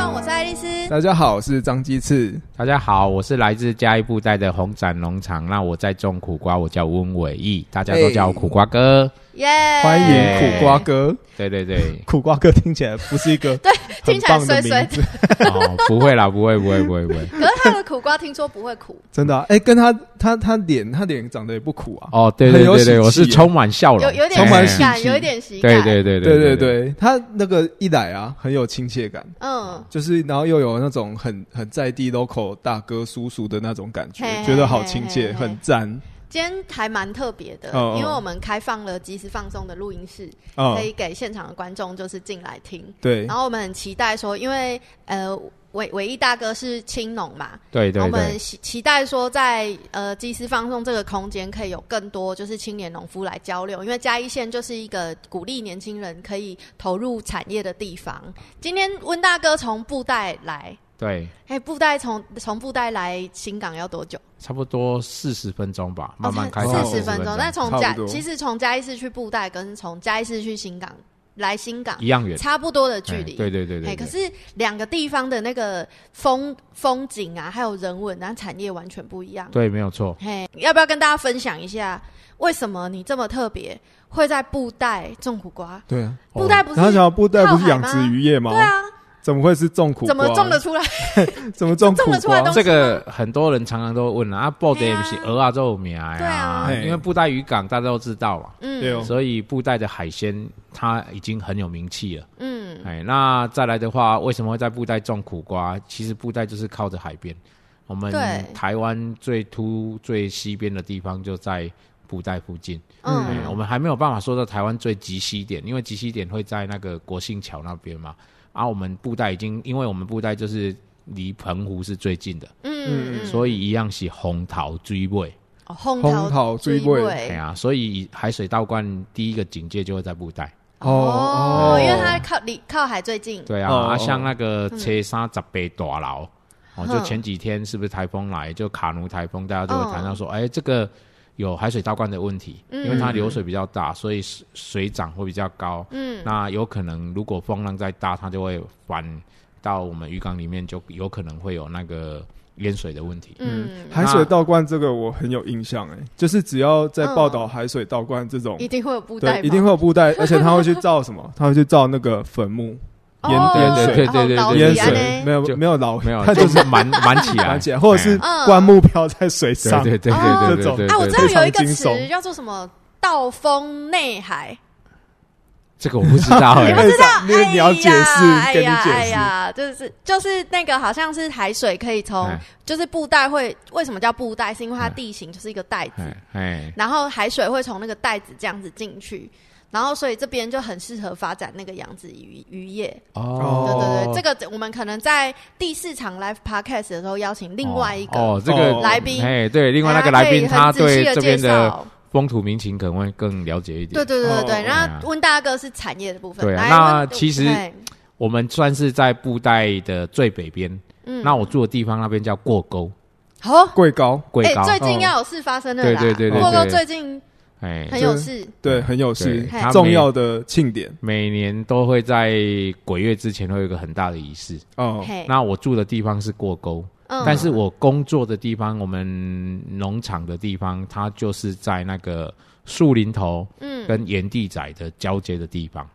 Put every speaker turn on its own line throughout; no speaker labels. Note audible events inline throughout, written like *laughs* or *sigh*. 天。
大家好，我是张鸡翅。
大家好，我是来自嘉义布袋的红展农场，那我在种苦瓜，我叫温伟义，大家都叫我苦瓜哥。
耶、
欢迎苦瓜哥。，
对对对
苦瓜哥听起来不是一个
*laughs* 对
很
听起来
棒的
衰衰
名字，
哦，不会啦，不会，不会，不会，不会。
可是他的苦瓜听说不会
*laughs*
苦，
真的啊哎，跟他他他脸他脸长得也不苦啊，
哦，对
很
对
有喜
对
气
对，我是
耶
充满笑容，
有有点
充满
喜
喜
感，
气
有一点喜感。
对对对
对对
对，
对，他那个一来啊很有亲切感，
嗯，
就是然后又有那种很很在地 local 大哥叔叔的那种感觉
嘿嘿，
觉得好亲切，
嘿嘿
很赞
今天还蛮特别的，
哦哦
因为我们开放了即时放松的录音室，
啊
可。以哦给现场的观众就是进来听。
对
然后我们很期待说，因为呃，伟伟义大哥是青农嘛，
对
然后我
对
们
对，
期期待说在呃即时放送这个空间可以有更多就是青年农夫来交流，因为嘉义县就是一个鼓励年轻人可以投入产业的地方。今天温大哥从布袋来，
对，
哎，布袋从从布袋来新港要多久？
差不多四十分钟吧，慢慢开
哦
放
四十分钟。那从
差
嘉
不多
其实从嘉义市去布袋跟从嘉义市去新港来新港
一样远
差不多的距
哎
离。
对对对
哎，
对，
可
对
是两个地方的那个风风景啊，还有人文啊，产业完全不一样。
对，没有错。
嘿，要不要跟大家分享一下，为什么你这么特别，会在布袋种苦瓜？
对啊，
布袋不是、
然后想布袋不是养
靠海吗
殖渔业吗？
对啊，
怎么会是种苦瓜？
怎么种得出来？
怎么种苦
种得出来
瓜
东？西
这个很多人常常都问啊，啊，布袋
对啊
不是鹅啊肉米啊，
对啊
嘿
因为布袋渔港大家都知道嘛，
对
嗯
哦
所以布袋的海鲜它已经很有名气了。
嗯，
哎，那再来的话，为什么会在布袋种苦瓜？其实布袋就是靠着海边，我们
对
台湾最突最西边的地方就在布袋附近。
嗯
哎我们还没有办法说到台湾最极西点，因为极西点会在那个国姓桥那边嘛。啊，我们布袋已经，因为我们布袋就是离澎湖是最近的，
嗯嗯，
所以一样是红桃追尾。
哦烘
烘
陶
陶
追
追
哎
尾
呀、所以海水倒灌第一个警戒就会在布袋。
哦
哦，因为它靠离靠海最近，
对啊，
哦
啊，
哦
像那个
嗯
车三十倍大楼，哦，就
哼
前几天是不是台风来，就卡奴台风，大家就
嗯
会谈到说，哎、这个有海水倒灌的问题，因为它流水比较大，所以水水涨会比较高。
嗯，
那有可能如果风浪再大，它就会反到我们渔港里面，就有可能会有那个淹水的问题。
嗯，
海水倒灌这个我很有印象哎、就是只要在报道海水倒灌这种，
嗯一定会有布袋
对
吗，，
一定会有布袋，而且他会去造
*laughs*
什么？他会去造那个坟墓、
哦
淹
对对对
哦
对对
老
哦
淹
李安
水，没
呢
有
就
没有老，
没有，
他就是
是瞒瞒起来，哎
拦起来，或者是
嗯
灌木飘在水
对
上，
对对对
哦
对
这
对
种
对对，
啊，我
对
知道有一个
非常惊
词
悚
叫做什么“道风内海
这个我不知道
*laughs*
哎、
你
不
们
知道
哎”，那个你要解释
哎呀
跟你解释
哎呀，就是就是那个好像是海水可以从
哎，
就是布袋会为什么叫布袋？是因为它
哎
地形就是一个袋子，
哎哎，
然后海水会从那个袋子这样子进去，然后所以这边就很适合发展那个养殖渔渔业。
哦
对对
哦
对，这个我们可能在第四场 live podcast 的时候邀请另外一个
哦，哦这个
哦
来宾
哎，对，另外那
大
个
家
来
可以
宾
很
他
仔细
对
地
这边
介
的
绍
风土民情可能会更了解一点。
对对对对对，
哦
然后温大哥是产业的部分。
对啊
来
那
温
其实
对
我们算是在布袋的最北边，
嗯
那我住的地方那边叫过沟
好，
贵高，
贵
哎，
高，哦
最近要有事发生了啦。
对
对
对
对
过过
对
最近
哎，
很有事，
对，很有
对
事，
他
重
每
要的庆典
每年都会在鬼月之前会有一个很大的仪式。
哦，
嘿，
那我住的地方是过沟，
哎嗯
但是我工作的地方，我们农场的地方，它就是在那个树林头
嗯
跟岩地仔的交接的地方。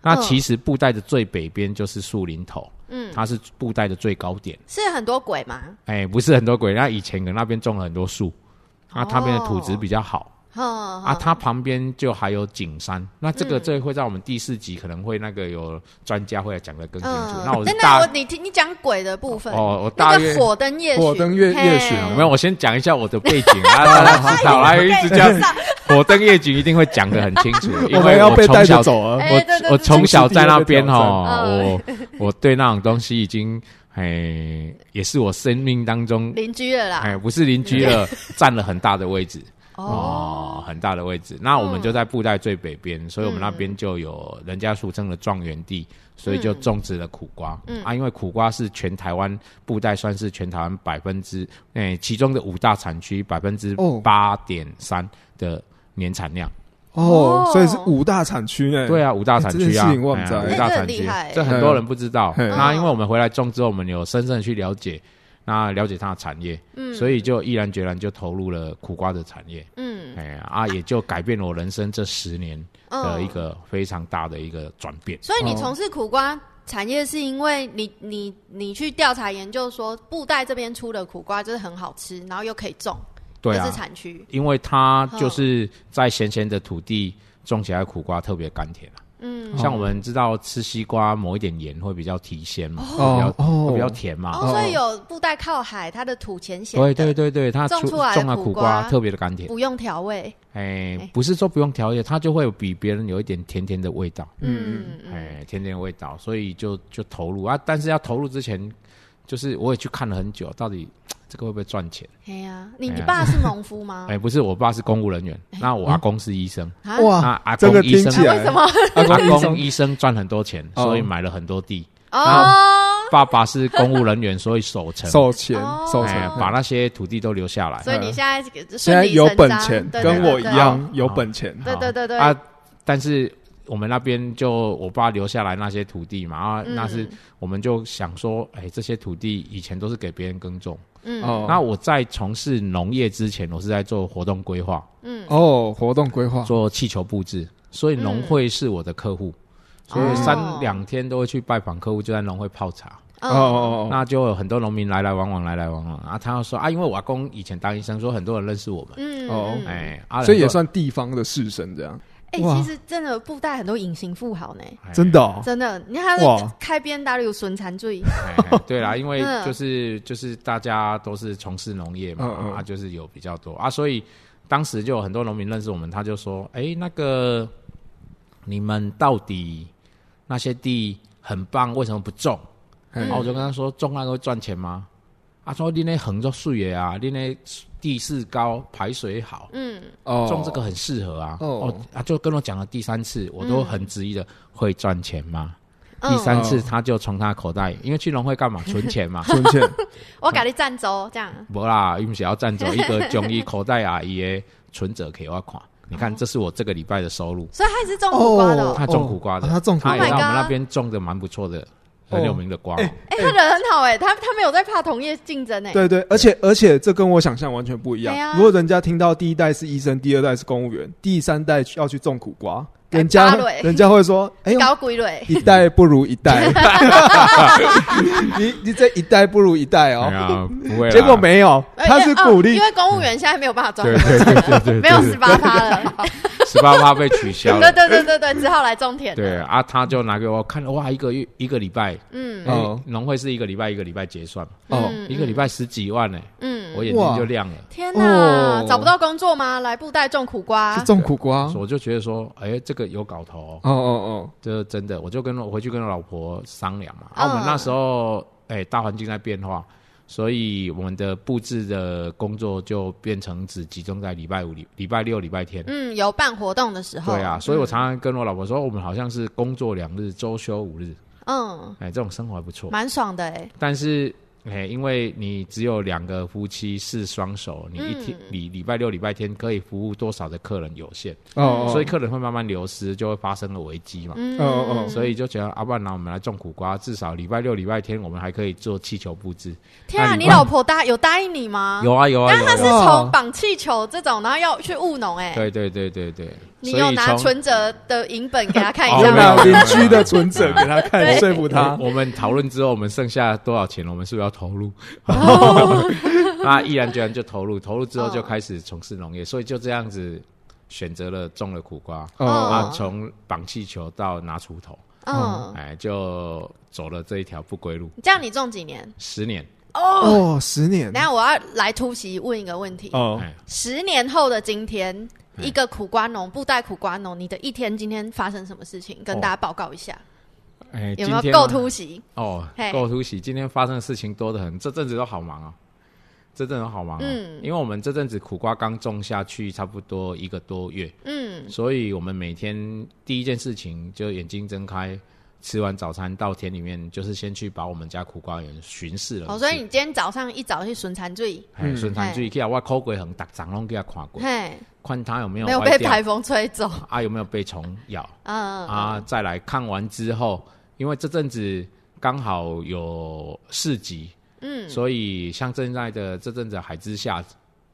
那
嗯
其实布袋的最北边就是树林头，
嗯，
它是布袋的最高点。
是很多鬼嘛，
哎、不是很多鬼，那以前可能那边种了很多树，啊，它那边的土质比较
哦
好。
嗯
啊，它旁边就还有景山，那这个
嗯
这会在我们第四集可能会那个有专家会来讲的更清楚。那我是
真的，
大
嗯我你听你讲鬼的部分，
哦，我大
那
约
个火灯夜巡，
火灯夜夜巡
嘿
没有，我先讲一下我的背景啊，大家知道啦，一直讲火灯夜景一定会讲的很清楚，因
我们
为
要被带
从
着
小
走啊，
哎对对对
我我从小在那边
嗯
哦，我我对那种东西已经哎，也是我生命当中
邻居了啦，
哎，不是邻居了，占了很大的位置
哦，嗯
哦，很大的位置。那我们就在布袋最北边，所以我们那边就有人家俗称的状元地，所以
嗯
就种植了苦瓜啊。因为苦瓜是全台湾布袋算是全台湾百分之哎，其中的五大产区百分之
哦
八点三的年产量。
哦
哦，
所以是五大产区呢。
对啊，五大产区啊，
哎真是吸引旺仔
哎呀
哎
五大
这
产
很厉
区
害，
这很多人不知道。
嗯
那因为我们回来种之后，我们有深深地去了解，那了解它的产业，
嗯
所以就毅然决然就投入了苦瓜的产业。
嗯
哎呀啊，也就改变了我人生这十年的一
嗯，
个哦非常大的一个转变。
所以你从事苦瓜产业是因为你你你去调查研究说布袋这边出的苦瓜就是很好吃，然后又可以种，
对
这
啊
是，产区，
因为它就是在咸咸的土地种起来的苦瓜特别甘甜啊。
嗯
哦
像我们知道吃西瓜抹一点盐会比较提鲜嘛，会比
哦
较
哦，
会比较甜嘛。
哦，所以有布袋靠海，它的土浅显的，
啊对对对对，它
种
出
出来的
种了
苦
苦
瓜
瓜特别的甘甜。
不用调味，
哎、
哎
不是说不用调味，它就会有比别人有一点甜甜的味道，
嗯
哎、甜甜的味道，所以就就投入啊。但是要投入之前，就是我也去看了很久，到底这个会不会赚钱？
哎呀，你
哎呀
你爸是农夫吗
哎、？不是，我爸是公务人员，那我阿公是医生，
啊，
那
哇，啊
阿
这
公
个
医
听
生，啊
起来
为什
*laughs*
么？
阿
公医生
公医生赚很多钱，
哦
所以买了很多地。
哦，
爸爸是公务人员，所以守城，
手钱
哦
手
哎、
钱
城
把那些土地都留下来。
所以你现在
现
顺
在
理
有
成
本
章
钱，
对
跟
对
我一
对
样有本钱。
对
好
对对对
啊，但是我们那边就我爸留下来那些土地嘛，啊，
嗯
那是我们就想说，哎、这些土地以前都是给别人耕种。
嗯
哦，
那我在从事农业之前，我是在做活动规划，
嗯
哦，活动规划
做气球布置，所以农会是我的客户。所
哦
以三两天都会去拜访客户，就在农会泡茶，
哦
哦哦哦，
那就有很多农民来来往往，来来往往啊。他要说啊，因为我阿公以前当医生，说很多人认识我们，
嗯
哦
嗯
哎、啊，
所以也
很多
算地方的士绅这样，
哎、
哇
其实真的布袋很多隐形富豪呢，
哎
真的哦
真的，你看
哇
他开 B N W 损残罪，
*laughs*
哎对啦，因为
嗯
就是就是大家都是从事农业嘛，
嗯嗯
啊，就是有比较多啊，所以当时就有很多农民认识我们，他就说：“哎、那个你们到底那些地很棒，为什么不种？”
嗯
然后我就跟他说：“种那个会赚钱吗？”啊他、说：“你那横着树叶啊，你那地势高，排水好，
嗯，
哦，
种这个很适合啊。
哦。
哦，他、就跟我讲了第三次，我都很质疑的，会赚钱吗？第
嗯，
三次他就从他口袋，因为去农会干嘛？存钱嘛
存钱，
我改你赞州这样，
无啦，伊毋是要赞助一个中医口袋阿姨的存折给我看。你看，这是我这个礼拜的收入。
所以他是 *laughs* 种苦瓜的、哦，
他种苦瓜的
哦他种苦
他
瓜
也在
Oh my
我们
god
那边种的蛮不错的，很有名的瓜。
哎、他人很好哎、他他没有在怕同业竞争哎、
对对，而且而且这跟我想象完全不一样
对啊。
如果人家听到第一代是医生，第二代是公务员，第三代要去种苦瓜，
改
人家
芭蕾
人家会说：“哎呦，
搞鬼嘞，
一代不如一
*laughs*
代， *laughs* 你你这一代不如一代
哎
哦。
*laughs*
呀，不会啦。
结果没有，他是鼓
因为
励
哦因为公务员现在没有办法赚
对
工
对
钱
对
了，
对对，
没有十八趴了，
十八趴被取消
对
了。
对对对对，只好来种田
对
了，
啊，他就拿给我看，哇，一个月一个礼拜，哎
嗯
哦
农会是一个礼拜一个礼拜结算嘛，
哦
嗯
一个礼拜十几万呢，
嗯，
我眼睛就亮了。
天哪、
哦
找不到工作吗？来布袋种苦瓜
是，种苦瓜。
所以
哦
我就觉得说，哎，这个有搞头哦。
哦哦，
这真的，我就跟我回去跟我老婆商量嘛。
嗯
啊，我们那时候哎、大环境在变化，所以我们的布置的工作就变成只集中在礼拜五、礼礼拜六、礼拜天。
嗯，有办活动的时候，
对啊，所以我常常跟我老婆说，我们好像是工作两日，周休五日，
嗯，
哎，这种生活还不错。
蛮爽的哎、
但是，哎，因为你只有两个夫妻是双手，你一
嗯
天、你礼拜六、礼拜天可以服务多少的客人有限，
哦哦，
所以客人会慢慢流失，就会发生了危机嘛。
嗯
哦哦
所以就觉得阿爸拿我们来种苦瓜，至少礼拜六、礼拜天我们还可以做气球布置。
天啊，
那你哦
你老婆答有答应你吗？
有啊有啊有
但
啊
他是
有啊，
从绑气球这种，然后要去务农哎、
对对对对对，
你
所以
有拿
从
存折的银本给他看一
哦
我
下
没
吗？
有
拿邻居的存折给他看，
对
说服他。
我我们讨论之后，我们剩下多少钱，我们是不是要投入？
哦
*laughs* 那毅然决然就投入，投入之后就开始从事农业，所以就这样子选择了种了苦瓜。
哦
啊，
哦
从绑气球到拿锄头，
嗯，
哎，就走了这一条不归路，
这样你种几年？
十年。
哦，十年
等一下我要来突袭问一个问题：
哦
哎，
十年后的今天，
嗯
一个苦瓜农，布袋苦瓜农，你的一天今天发生什么事情？跟大家报告一下，
哦哎，
有没
今
有
天
够突袭？
哦
嘿，
够突袭！今天发生的事情多得很，这阵子都好忙啊，这阵子都好忙、啊。
嗯
因为我们这阵子苦瓜刚种下去，差不多一个多月，
嗯
所以我们每天第一件事情就眼睛睁开，吃完早餐到田里面，就是先去把我们家苦瓜园巡视了一次。
哦，所以你今天早上一早去巡产罪，
哎，
嗯
顺产水去啊，我口鬼很大，长龙给他看过，
嘿，
看它有没有
没有
坏
被
掉
台风吹走，
啊，有没有被虫咬
嗯，
啊？再来看完之后，因为这阵子刚好有市集，
嗯，
所以像现在的这阵子海之夏，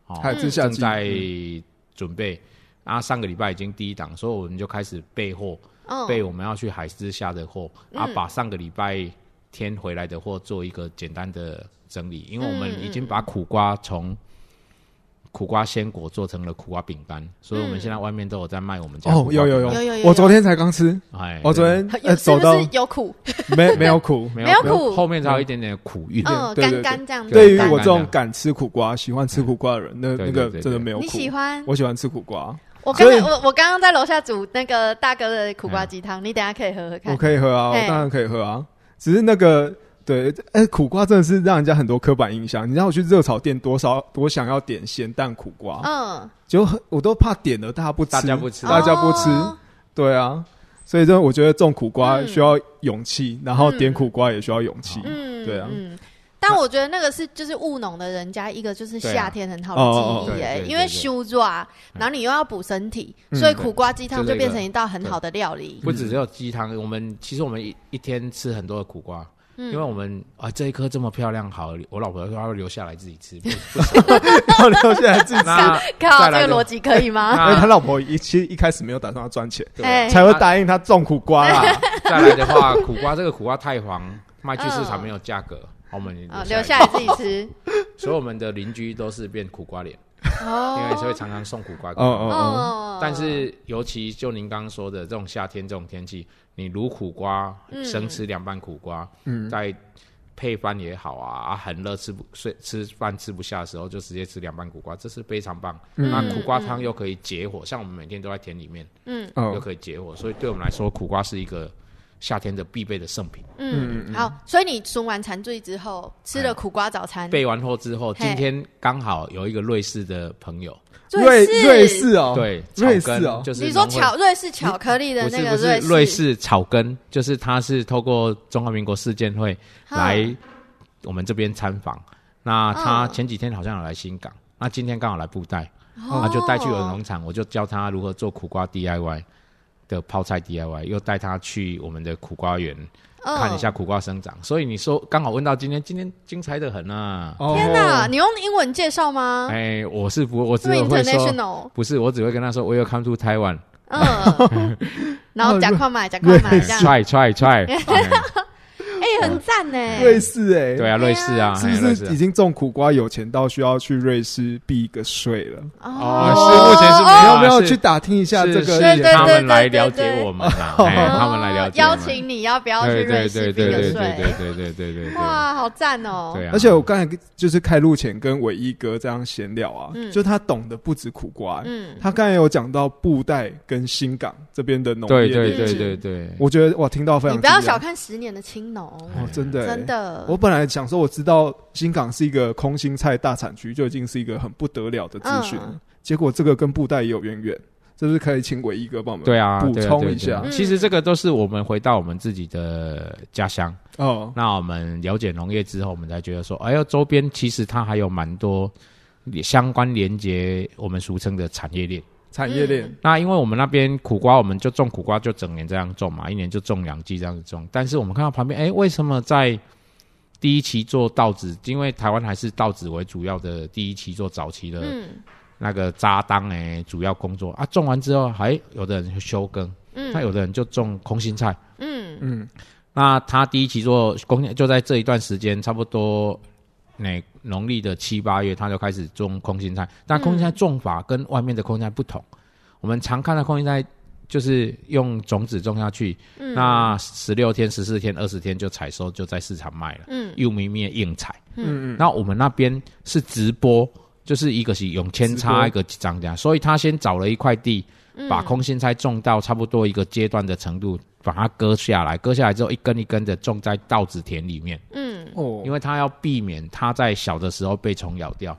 哦，
海之夏
正
季
在准备。啊，上个礼拜已经第一档，所以我们就开始备货，
嗯，
备我们要去海之夏的货，啊，把上个礼拜天回来的货做一个简单的整理，因为我
嗯
们已经把苦瓜从苦瓜鲜果做成了苦瓜饼干，所以我们
嗯
现在外面都有在卖我们家苦
哦，
瓜
有有
饼
有有有
我昨天才刚吃，
干，哎，
我昨
对
天
嗯有
呃
是
走
不
到
是有苦？ *laughs*
没没有苦，
没
没有
有没有
苦
后面才有一点点苦韵， *laughs*
嗯，
对
干
对对
干这样子。
对于
干
我
干
这
的
种敢吃苦瓜、喜欢吃苦瓜的人，那
对
那
对
个
对
真的
对
没有苦
你。喜欢？
我喜欢吃苦瓜，
我刚才
所以
我我刚刚在楼下煮那个大哥的苦瓜鸡汤，你等一下可以喝喝
我
看。
可以喝啊，我
嘿
当然可以喝啊。只是那个对，哎，苦瓜真的是让人家很多刻板印象。你让我去热炒店，多少多想要点咸蛋苦瓜，
嗯，
就很我都怕点了大家不吃，
大家不吃
大家不吃，
哦
对啊。所以，这我觉得种苦瓜
嗯
需要勇气，然后
嗯
点苦瓜也需要勇气。
嗯，
对啊
嗯。但我觉得那个是就是务农的人家一个就是
对啊
夏天很好的
哦哦
记
哦
忆
对
哎，
对对
因为修抓，然后你又要补身体，所以苦瓜鸡汤就变成一道很好的料理。
不只只有鸡汤，我们其实我们一一天吃很多的苦瓜。因为我们啊，这一颗这么漂亮，好，我老婆说她会留下来自己吃。不不行
*laughs* 然后留下来自
*laughs*
己，
那
靠，
再
这
来
个
就
逻辑可以吗？
因 *laughs* 为他
那
老婆一其实一开始没有打算要赚钱，
*laughs* 哎
才会答应他种苦瓜啦。
再来的话， *laughs* 苦瓜这个苦瓜太黄，卖去市场没有价格，我们
啊，留
留
下
下
来
来，
自己吃。
所以我们的邻居都是变苦瓜脸，因为
哦
所以常常送苦瓜
*laughs*
给
哦
我们。
哦哦，
哦
但是尤其就您刚刚说的这种夏天这种天气，你卤苦瓜，
嗯
生吃凉拌苦瓜，
嗯
再配饭也好啊，啊很热吃不睡吃饭吃不下的时候，就直接吃凉拌苦瓜，这是非常棒。
嗯
那苦瓜汤又可以解火，像我们每天都在田里面，又
哦，
可以解火，所以对我们来说，苦瓜是一个夏天的必备的圣品。
嗯，好，所以你巡完馋醉之后，吃了苦瓜早餐，
备完货之后，
嘿
今天刚好有一个瑞士的朋友，
瑞瑞
瑞
士哦，
对，
瑞
草
士
根
哦
就是
你说
农会嗯
巧瑞士巧克力的
不
那
是
个
不是
士，
瑞士草根，就是他是透过中华民国事件会
哼
来我们这边参访。那他前几天好像有来新港，那今天刚好来布袋，
哦
他就带去我的农场，我就教他如何做苦瓜 DIY 的泡菜 DIY，又带他去我们的苦瓜园
嗯
看一下苦瓜生长。所以你说刚好问到今天，今天精彩的很啊！
哦
天哪，你用英文介绍吗？
哎，我是不，我只
这么
会说，
international，
不是，我只会跟他说 Welcome to Taiwan， *laughs*
嗯，然后假快买，假快买这样，
踹踹踹。
*laughs*
哎
哎，很赞呢。
瑞士哎，
对
对啊
啊，瑞士啊，
是
哎
不
瑞士
是
啊
已经种苦瓜有钱到需要去瑞士避一个税了？
哦，是目前是
你
没有
要不要
是
去打听一下这
是
个？
对
是
对
他
对
们来
对
了
对对
解我们
*laughs*
啊，哎他们来了解我
哦邀
们，
请你要不要去
对
瑞
对
士
对对
避个
对对对
税？
对对对对，
哇，好赞哦！
对啊，
而且我刚才就是开录前跟伟一哥这样闲聊啊，就他懂得不止苦
啊
瓜，欸
嗯
他刚才有讲到布袋跟新港这边的农业
对
链
对
接
对对对，
我觉得哇，听到非常
你不要
惊讶
小看十年的青农，
哦，真的欸
真。的
我。本来想说，我知道新港是一个空心菜大产区，就已经是一个很不得了的资讯了。
嗯
结果这个跟布袋也有渊源，是不是可以请伟一哥帮我们？
对啊，
补
对啊
充
对啊
一
对啊
下
其实
嗯
这个都是我们回到我们自己的家乡，
哦，
那我们了解农业之后，我们才觉得说，哎呦，周边其实它还有蛮多相关连接我们俗称的产业链。
产业链，
那因为我们那边苦瓜，我们就种苦瓜，就整年这样种嘛，一年就种两季这样子种。但是我们看到旁边，哎、为什么在第一期做稻子？因为台湾还是稻子为主要的第一期做早期的
嗯
那个扎当哎、主要工作啊。种完之后，还有的人就休耕，那
嗯
有的人就种空心菜。
嗯
嗯，
那他第一期做工业，就在这一段时间，差不多那农历的七八月，他就开始种空心菜。但
嗯
空心菜种法跟外面的空心菜不同，我们常看到空心菜就是用种子种下去，
嗯
那十六天、十四天、二十天就采收，就在市场卖了，
嗯
又咪咪硬采。
嗯嗯，
那我们那边是直播，就是一个是用千
直播
差，一个涨价，所以他先找了一块地，
嗯
把空心菜种到差不多一个阶段的程度，把它割下来，割下来之后一根一根的种在稻子田里面，
嗯
哦，
因为它要避免它在小的时候被虫咬掉。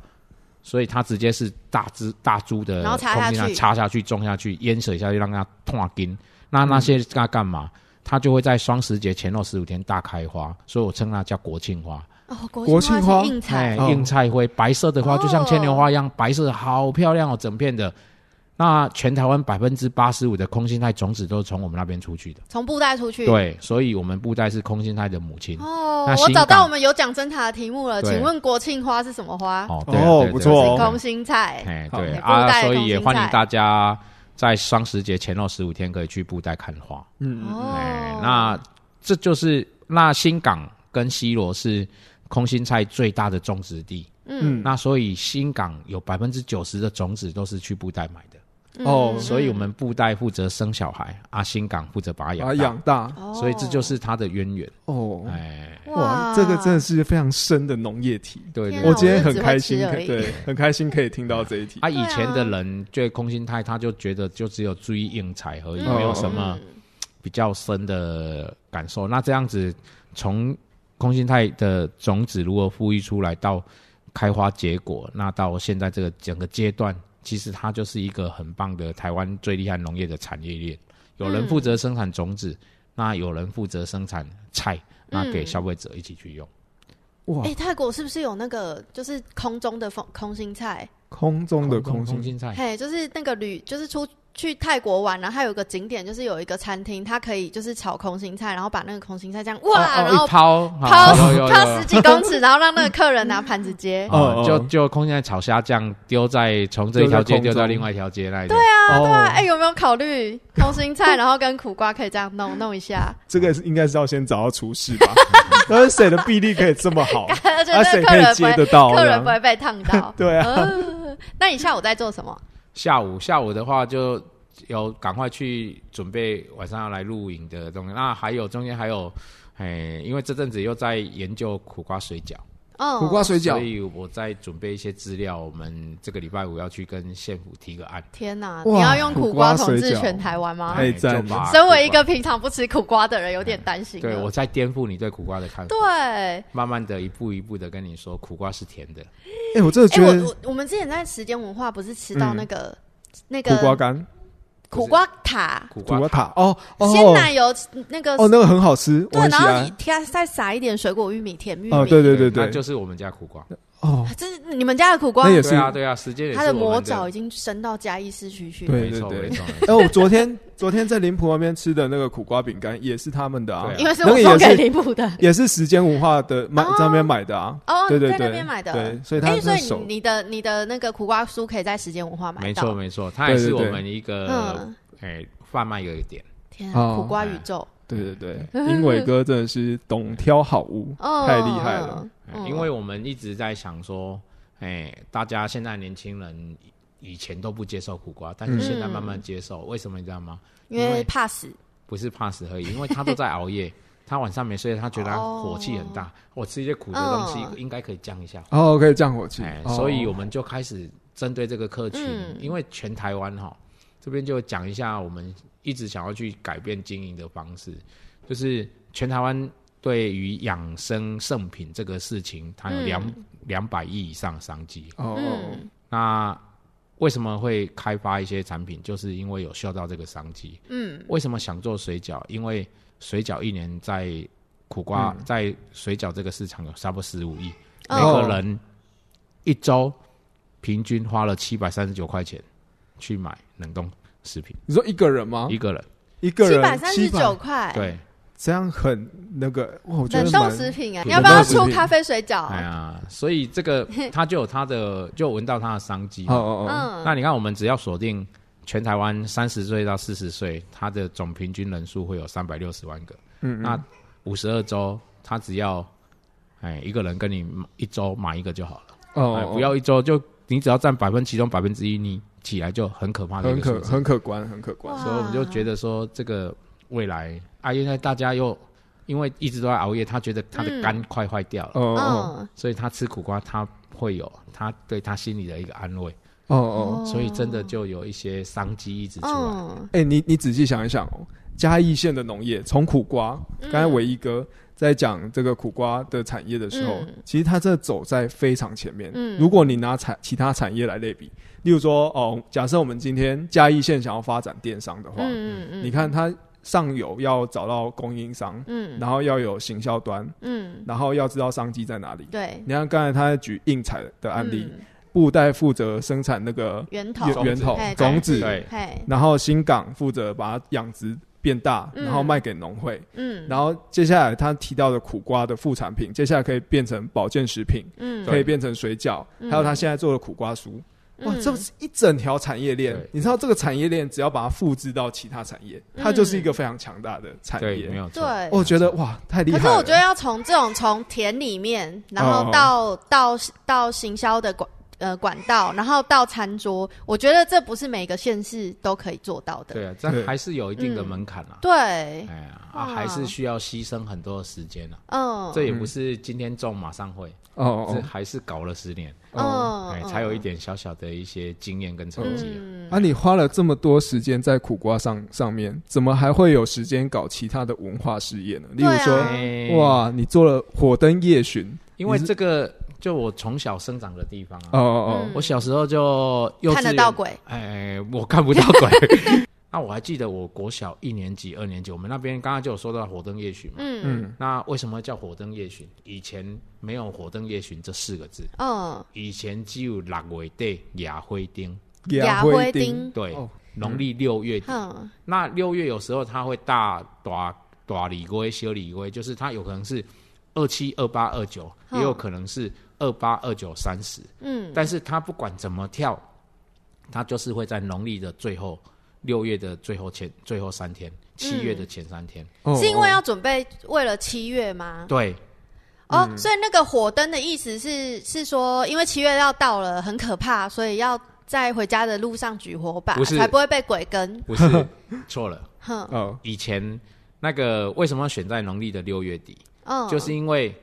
所以它直接是大枝大株的
然后插下
空心菜
去
啊插下去、种下去、淹水下去，让它断根。那那些它干嘛？它就会在双十节前后十五天大开花，所以我称它叫国庆花。
哦，
国
国
庆
庆
花
花是硬
哎
菜，，
哦
硬菜灰，白色的花
哦
就像牵牛花一样，白色的好漂亮哦，整片的。那全台湾百分之八十五的空心菜种子都是从我们那边出去的，
从布袋出去。，
对，所以我们布袋是空心菜的母亲。
哦
那，
我
新
找
港
到我们有奖侦查的题目了，
对
请问国庆花是什么花？
哦，对啊
哦，
对
不
对
错
是空
哦，
心菜。
哎，
好
对
对布
啊，
袋
所
空
以也
心
欢迎
菜
大家在双十节前后十五天可以去布袋看花。
嗯，
哦
哎，那这就是那新港跟西罗是空心菜最大的种植地，
嗯
那所以新港有百分之九十的种子都是去布袋买的，
嗯
哦
所以我们布袋负责生小孩，啊，新港负责把它
把它
养大
养大
哦
所以这就是它的渊源。
哦，
哎，
哇，这个真的是非常深的农业题。
对
天啊
对
我
对。
今天很开心，
我只会吃而已哎
对，很开心可以听到这一题。
啊，以前的
对
人对空心菜，他就觉得就只有注意硬彩而已，
嗯
没有什么比较深的感受。那这样子，从空心菜的种子如何孵育出来，到开花结果，那到现在这个整个阶段，其实它就是一个很棒的台湾最厉害农业的产业链。有人负责生产种
嗯
子，那有人负责生产菜，那给消费者一起去用。
哇
哎、，泰国是不是有那个就是空中的风空心菜？
空中的
空
空
空
心，
心菜，
嘿，就是那个旅，就是出去泰国玩，然后它有一个景点，就是有一个餐厅，它可以就是炒空心菜，然后把那个空心菜这样哇，
哦
然
哦
后
一抛
抛
有有有
抛十几公尺，然后让那个客人拿盘子接。
*laughs*
哦
哦，就
哦
就空心菜炒虾酱丢在从这一条街
丢在空中
丢到另外一条街那里。对
啊，对啊，
哦
哎、有没有考虑空心菜，然后跟苦瓜可以这样弄弄一下？
这个是应该是要先找到厨师吧？但是谁的臂力可以这
*laughs*
么好？
而且
啊，
那
谁
个客
可以
人不
接
会，
得到？
客
这
人不
样。
会被烫到
*laughs* 对啊，
呃那你下午在做什么？
下午下午的话就有赶快去准备晚上要来露营的东西。那还有中间还有，哎，因为这阵子又在研究苦瓜水饺，
嗯，
苦瓜水
所
饺，
以我在准备一些资料。我们这个礼拜五要去跟县府提个案。
天哪！
哇
你要用苦瓜统
苦瓜水
治
饺
全台湾吗？
哎
就
赞
把
身为一
苦瓜
个平常不吃苦瓜的人，有点担心了。
哎
啊
对我在颠覆你对苦瓜的看法，
对，哎、
慢慢的一步一步的跟你说，苦瓜是甜的。
哎，我真的觉
我
得嗯
我我们之前在时间文化不是吃到那个、那个
苦瓜干、
苦瓜塔、
苦
苦
瓜
瓜塔，哦
鲜
哦
奶油那个、
哦，那个很好吃，我
对，
很喜
然后你
欢。
添再撒一点水果玉米、甜玉米，
哦，对对对
那
对，
就是我们家苦瓜。
哦，
这是你们家的苦瓜
那，也
对
是
啊对啊，时间也是
它的
我们
魔爪已经伸到嘉义市区去了。
对
没错
对
没错。
*laughs*
没错
哎，我昨天昨天在林浦那边吃的那个苦瓜饼干也是他们的啊
对啊，
因为是
那
我
个
送
也
给
是
林浦的
也是时间文化的买在那边买的啊，
哦，
对对
在那
对
边买的。
对所以它
哎，所
那
以
手
你你的你的那个苦瓜酥可以在时间文 *laughs* 化买到。
没错，没错，它也
对
是
对
我
对
们一个
呃
嗯，
哎贩卖的一个点。
天啊，
哦
苦瓜宇宙，
对对对，英伟哥真的是懂挑好
*laughs*
物，
哦，
太厉害了。
哎
嗯
因为我们一直在想说，哎，大家现在年轻人以前都不接受苦瓜，但是
嗯
现在慢慢接受，为什么你知道吗？
因为怕死，
不是怕死而已，因为他都在熬夜，他晚上没睡，他觉得他
哦
火气很大，我吃一些苦的东西
嗯
应该可以降一下火。
哦，可以降火气
哎，，
哦
所以我们就开始针对这个客群，
嗯
因为全台湾哈，这边就讲一下我们一直想要去改变经营的方式，就是全台湾对于养生圣品这个事情，它有
嗯
两两百亿以上的商机。
哦哦
嗯
那为什么会开发一些产品，就是因为有嗅到这个商机。
嗯，
为什么想做水饺？因为水饺一年在苦瓜、在水饺这个市场有差不多十五亿，每
哦
个人一周平均花了七百三十九块钱去买冷冻食品，
你说一个人吗？
一个人
一个
七
人
百三十九
700
块，，
对，
这样很那个，哇，我觉
冷
得
冻
蛮
食品哎，
对
你要不要
冷冻
出
食品
咖啡水饺？啊
哎呀，所以
*laughs*
这个它就有它的，就闻到它的商机嘛。
哦哦
嗯，
那你看，我们只要锁定全台湾三十岁到四十岁，它的总平均人数会有三百六十万个。
嗯
那五十二周，他只要哎一个人跟你一周买一个就好了，
哦哦
哎
哦，
不要一周就你只要占百分其中百分之一，你起来就很可怕的一
很
个数
可
字。
很可观，很可观
哇。
所以我们就觉得说，这个未来啊，因为大家又因为一直都在熬夜，他觉得他的肝快坏掉了，
哦哦
嗯，
所以他吃苦瓜，他会有他对他心里的一个安慰，
哦哦，
所以真的就有一些商机一直出来。
嗯，
哎，你你仔细想一想哦，嘉义县的农业从苦瓜，
嗯
刚才伟一哥。在讲这个苦瓜的产业的时候，
嗯
其实它真的走在非常前面。
嗯
如果你拿产其他产业来类比，例如说哦，假设我们今天嘉义县想要发展电商的话，
嗯嗯嗯，
你看它上游要找到供应商，
嗯
然后要有行销端，
嗯，
然后要知道商机在哪里。
对，
你看刚才他举硬彩的案例，
嗯
布袋负责生产那个
源头，
源源头
嘿
种
种子
子，
对，
嘿，
然后新港负责把它养殖变大，
嗯
然后卖给农会。
嗯，
然后接下来他提到的苦瓜的副产品，接下来可以变成保健食品，
嗯，
可以变成水饺，还有他现在做的苦瓜酥。哇，
嗯
这是一整条产业链
对。
你知道这个产业链，只要把它复制到其他产业，
嗯
它就是一个非常强大的产
对，没
业。哦
有错。
对，
我觉得哇，太厉害
可
了。
是我觉得要从这种从田里面，然
哦
后到、到到行销的管呃管道，然后到餐桌，我觉得这不是每个县市都可以做到的。
对啊，这
对
还是有一定的
嗯
门槛啦。
对，
哎呀，
哇
啊，还是需要牺牲很多的时间啊。
嗯，
这也不是今天种马上会，
哦
这
哦
还是搞了十年，
嗯
哎，
嗯
才有一点小小的一些经验跟成绩啊。
嗯
哦，啊，你花了这么多时间在苦瓜上上面，怎么还会有时间搞其他的文化事业呢？例如
对
说，
啊
哎，
哇，你做了火灯夜巡，
因为这个就我从小生长的地方
哦
啊，
哦
嗯
我小时候就幼稚
看得
园
到鬼，
哎，我看不到鬼。 *laughs* 那我还记得我国小一年级、二年级，我们那边刚刚就有说到火灯夜巡嘛。
哦，
嗯
嗯
那为什么叫火灯夜巡？以前没有“火灯夜巡”这四个字，
嗯，
以前只有六月底亚灰丁，
雅
嗯灰哦
灰
丁，
丁，
对
哦，
农历六月底。
嗯
那六月有时候它会大大大里龟、小里龟，就是它有可能是二七、二八、二九，
嗯
也有可能是二八、二九、三十。
嗯
但是它不管怎么跳，它就是会在农历的最后六月的最后前最后三
嗯
天，七月的前三天。
哦
是因为要准备为了七月吗？
对，
嗯
哦，所以那个火灯的意思是是说，因为七月要到了，很可怕，所以要在回家的路上举火把，
不是
才不会被鬼跟。*laughs*
不是错了。
哼，
哦
以前那个为什么要选在农历的六月底？
嗯，
就是因为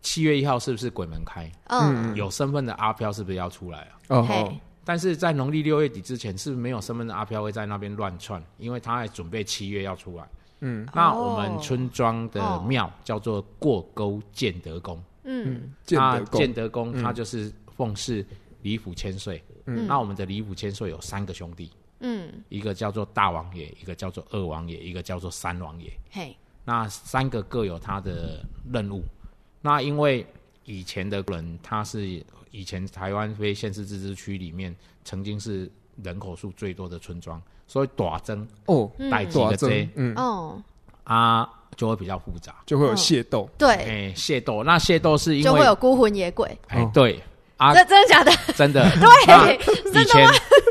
七月一号是不是鬼门开？
嗯，
有身份的阿飘是不是要出来啊？
哦哦
嘿，
但是在农历六月底之前，是没有身份的阿飘会在那边乱窜，因为他还准备七月要出来。
嗯，
那
哦
我们村庄的
哦
庙叫做过沟建德宫，
嗯
建
那
德
建
宫，
德宫它就是奉祀李府千岁。嗯，那我们的李府千岁有三个兄弟，
嗯，
一个叫做大王爷，一个叫做二王爷，一个叫做三王爷。
嘿，
那三个各有他的任务。那因为以前的人，他是以前台湾非县市自治区里面曾经是人口数最多的村庄，所以打针
哦，
代替
多
的
真
这，
嗯，
哦，
啊就会比较复杂。
就会有械斗，
对，
哎、械斗，那械斗是因
就会
为
有孤魂野鬼，
哎、对啊，
这真的
*laughs*
假的？
真的
*laughs*
那
对，
以前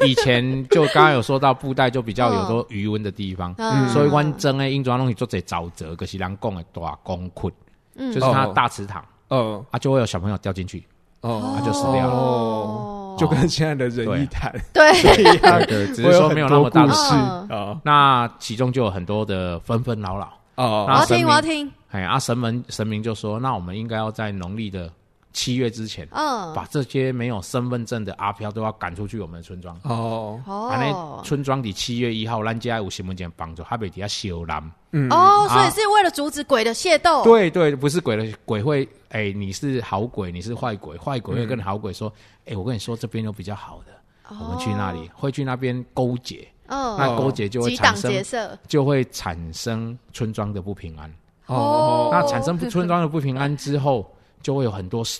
以前就刚刚有说到布袋就比
*laughs*
较有多余温的地方，
嗯
所以阮真诶，因抓东西做者沼泽，可、是人讲的大公困，
嗯
就是它的大池塘、
哦
啊，就会有小朋友掉进去，
哦
他啊就死掉了。
哦
就跟现在的仁义坛
对，
一样，
对，只是说没有那么大
故
的
的
事
事哦
啊
那其中就有很多的纷纷扰扰。
我
啊
然
要
后
听，
神明
我要听，
哎，啊，神明神明就说，那我们应该要在农历的七月之前，
嗯，
把这些没有身份证的阿飘都要赶出去我们的村庄。
哦，
安
哦
尼，村庄伫七月一号，咱家有身份证帮助，还袂底下小人。
嗯，
哦，所
啊
以是为了阻止鬼的械斗，，
对对，不是鬼的鬼会，哎、你是好鬼，你是坏鬼，坏
嗯
鬼会跟好鬼说，哎、我跟你说这边有比较好的，我们去那里，会去那边勾结，
哦嗯，
那勾结就会
结党
产
结
生，
社，
就会产生村庄的不平安。
哦
那产生
嗯
村庄的不平安之后，就会有很多事，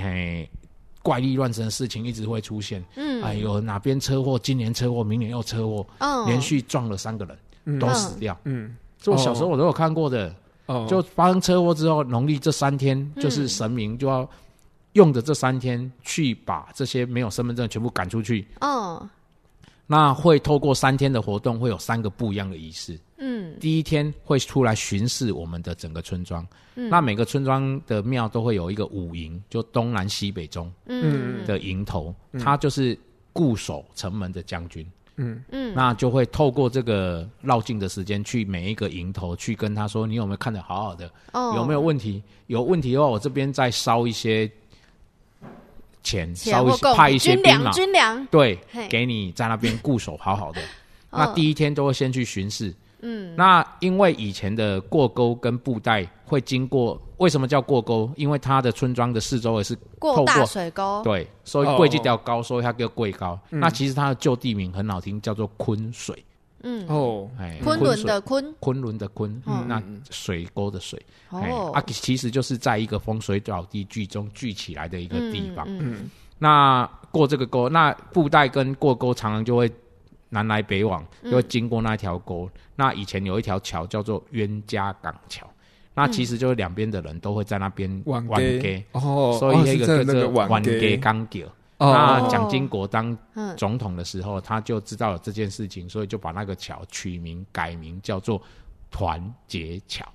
哎、怪力乱神的事情一直会出现。
嗯
哎呦，哪边车祸，今年车祸，明年又车祸，
嗯，
连续撞了三个人，都死掉。
嗯，
这我小时候我都有看过的，
哦，
就发生车祸之后，农历这三天
嗯
就是神明就要用着这三天去把这些没有身份证全部赶出去。
嗯
那会透过三天的活动，会有三个不一样的仪式。
嗯
第一天会出来巡视我们的整个村庄，
嗯
那每个村庄的庙都会有一个五营，就东南西北中
嗯
的营头，他就是固守城门的将军。
嗯
嗯
那就会透过这个绕境的时间，去每一个营头去跟他说，你有没有看得好好的？
哦，
有没有问题？有问题的话，我这边再烧一些钱，
钱
烧一
或
些
贡
派
品
一些
军
兵马
粮，，军粮，
对
嘿，哦
给你在那边固守好
*laughs*
好的。那第一天都会先去巡视。
嗯，
那因为以前的过沟跟布袋会经过，为什么叫过沟？因为它的村庄的四周也是
过
透
大
过
水沟，
对，
哦
所以贵这条高，所以它叫贵高。那其实它的旧地名很好听，叫做昆水。
嗯，
哦，
哎，
昆仑的昆，
昆仑的昆，
嗯
那水沟的水，哎、
哦，
啊，其实就是在一个风水宝地聚中聚起来的一个地方。
嗯
嗯，
那过这个沟，那布袋跟过沟常常就会南来北往，就会经过那条沟。那以前有一条桥叫做冤家港桥，那其实就是两边的人都会在那边
晚
街
给，哦，
所以
哦
那
是
个
真的
叫
那
做
个晚
街
给，
港桥。
哦
那蒋经国当
嗯
总统的时候，他就知道了这件事情，所以就把那个桥取名改名叫做团结桥。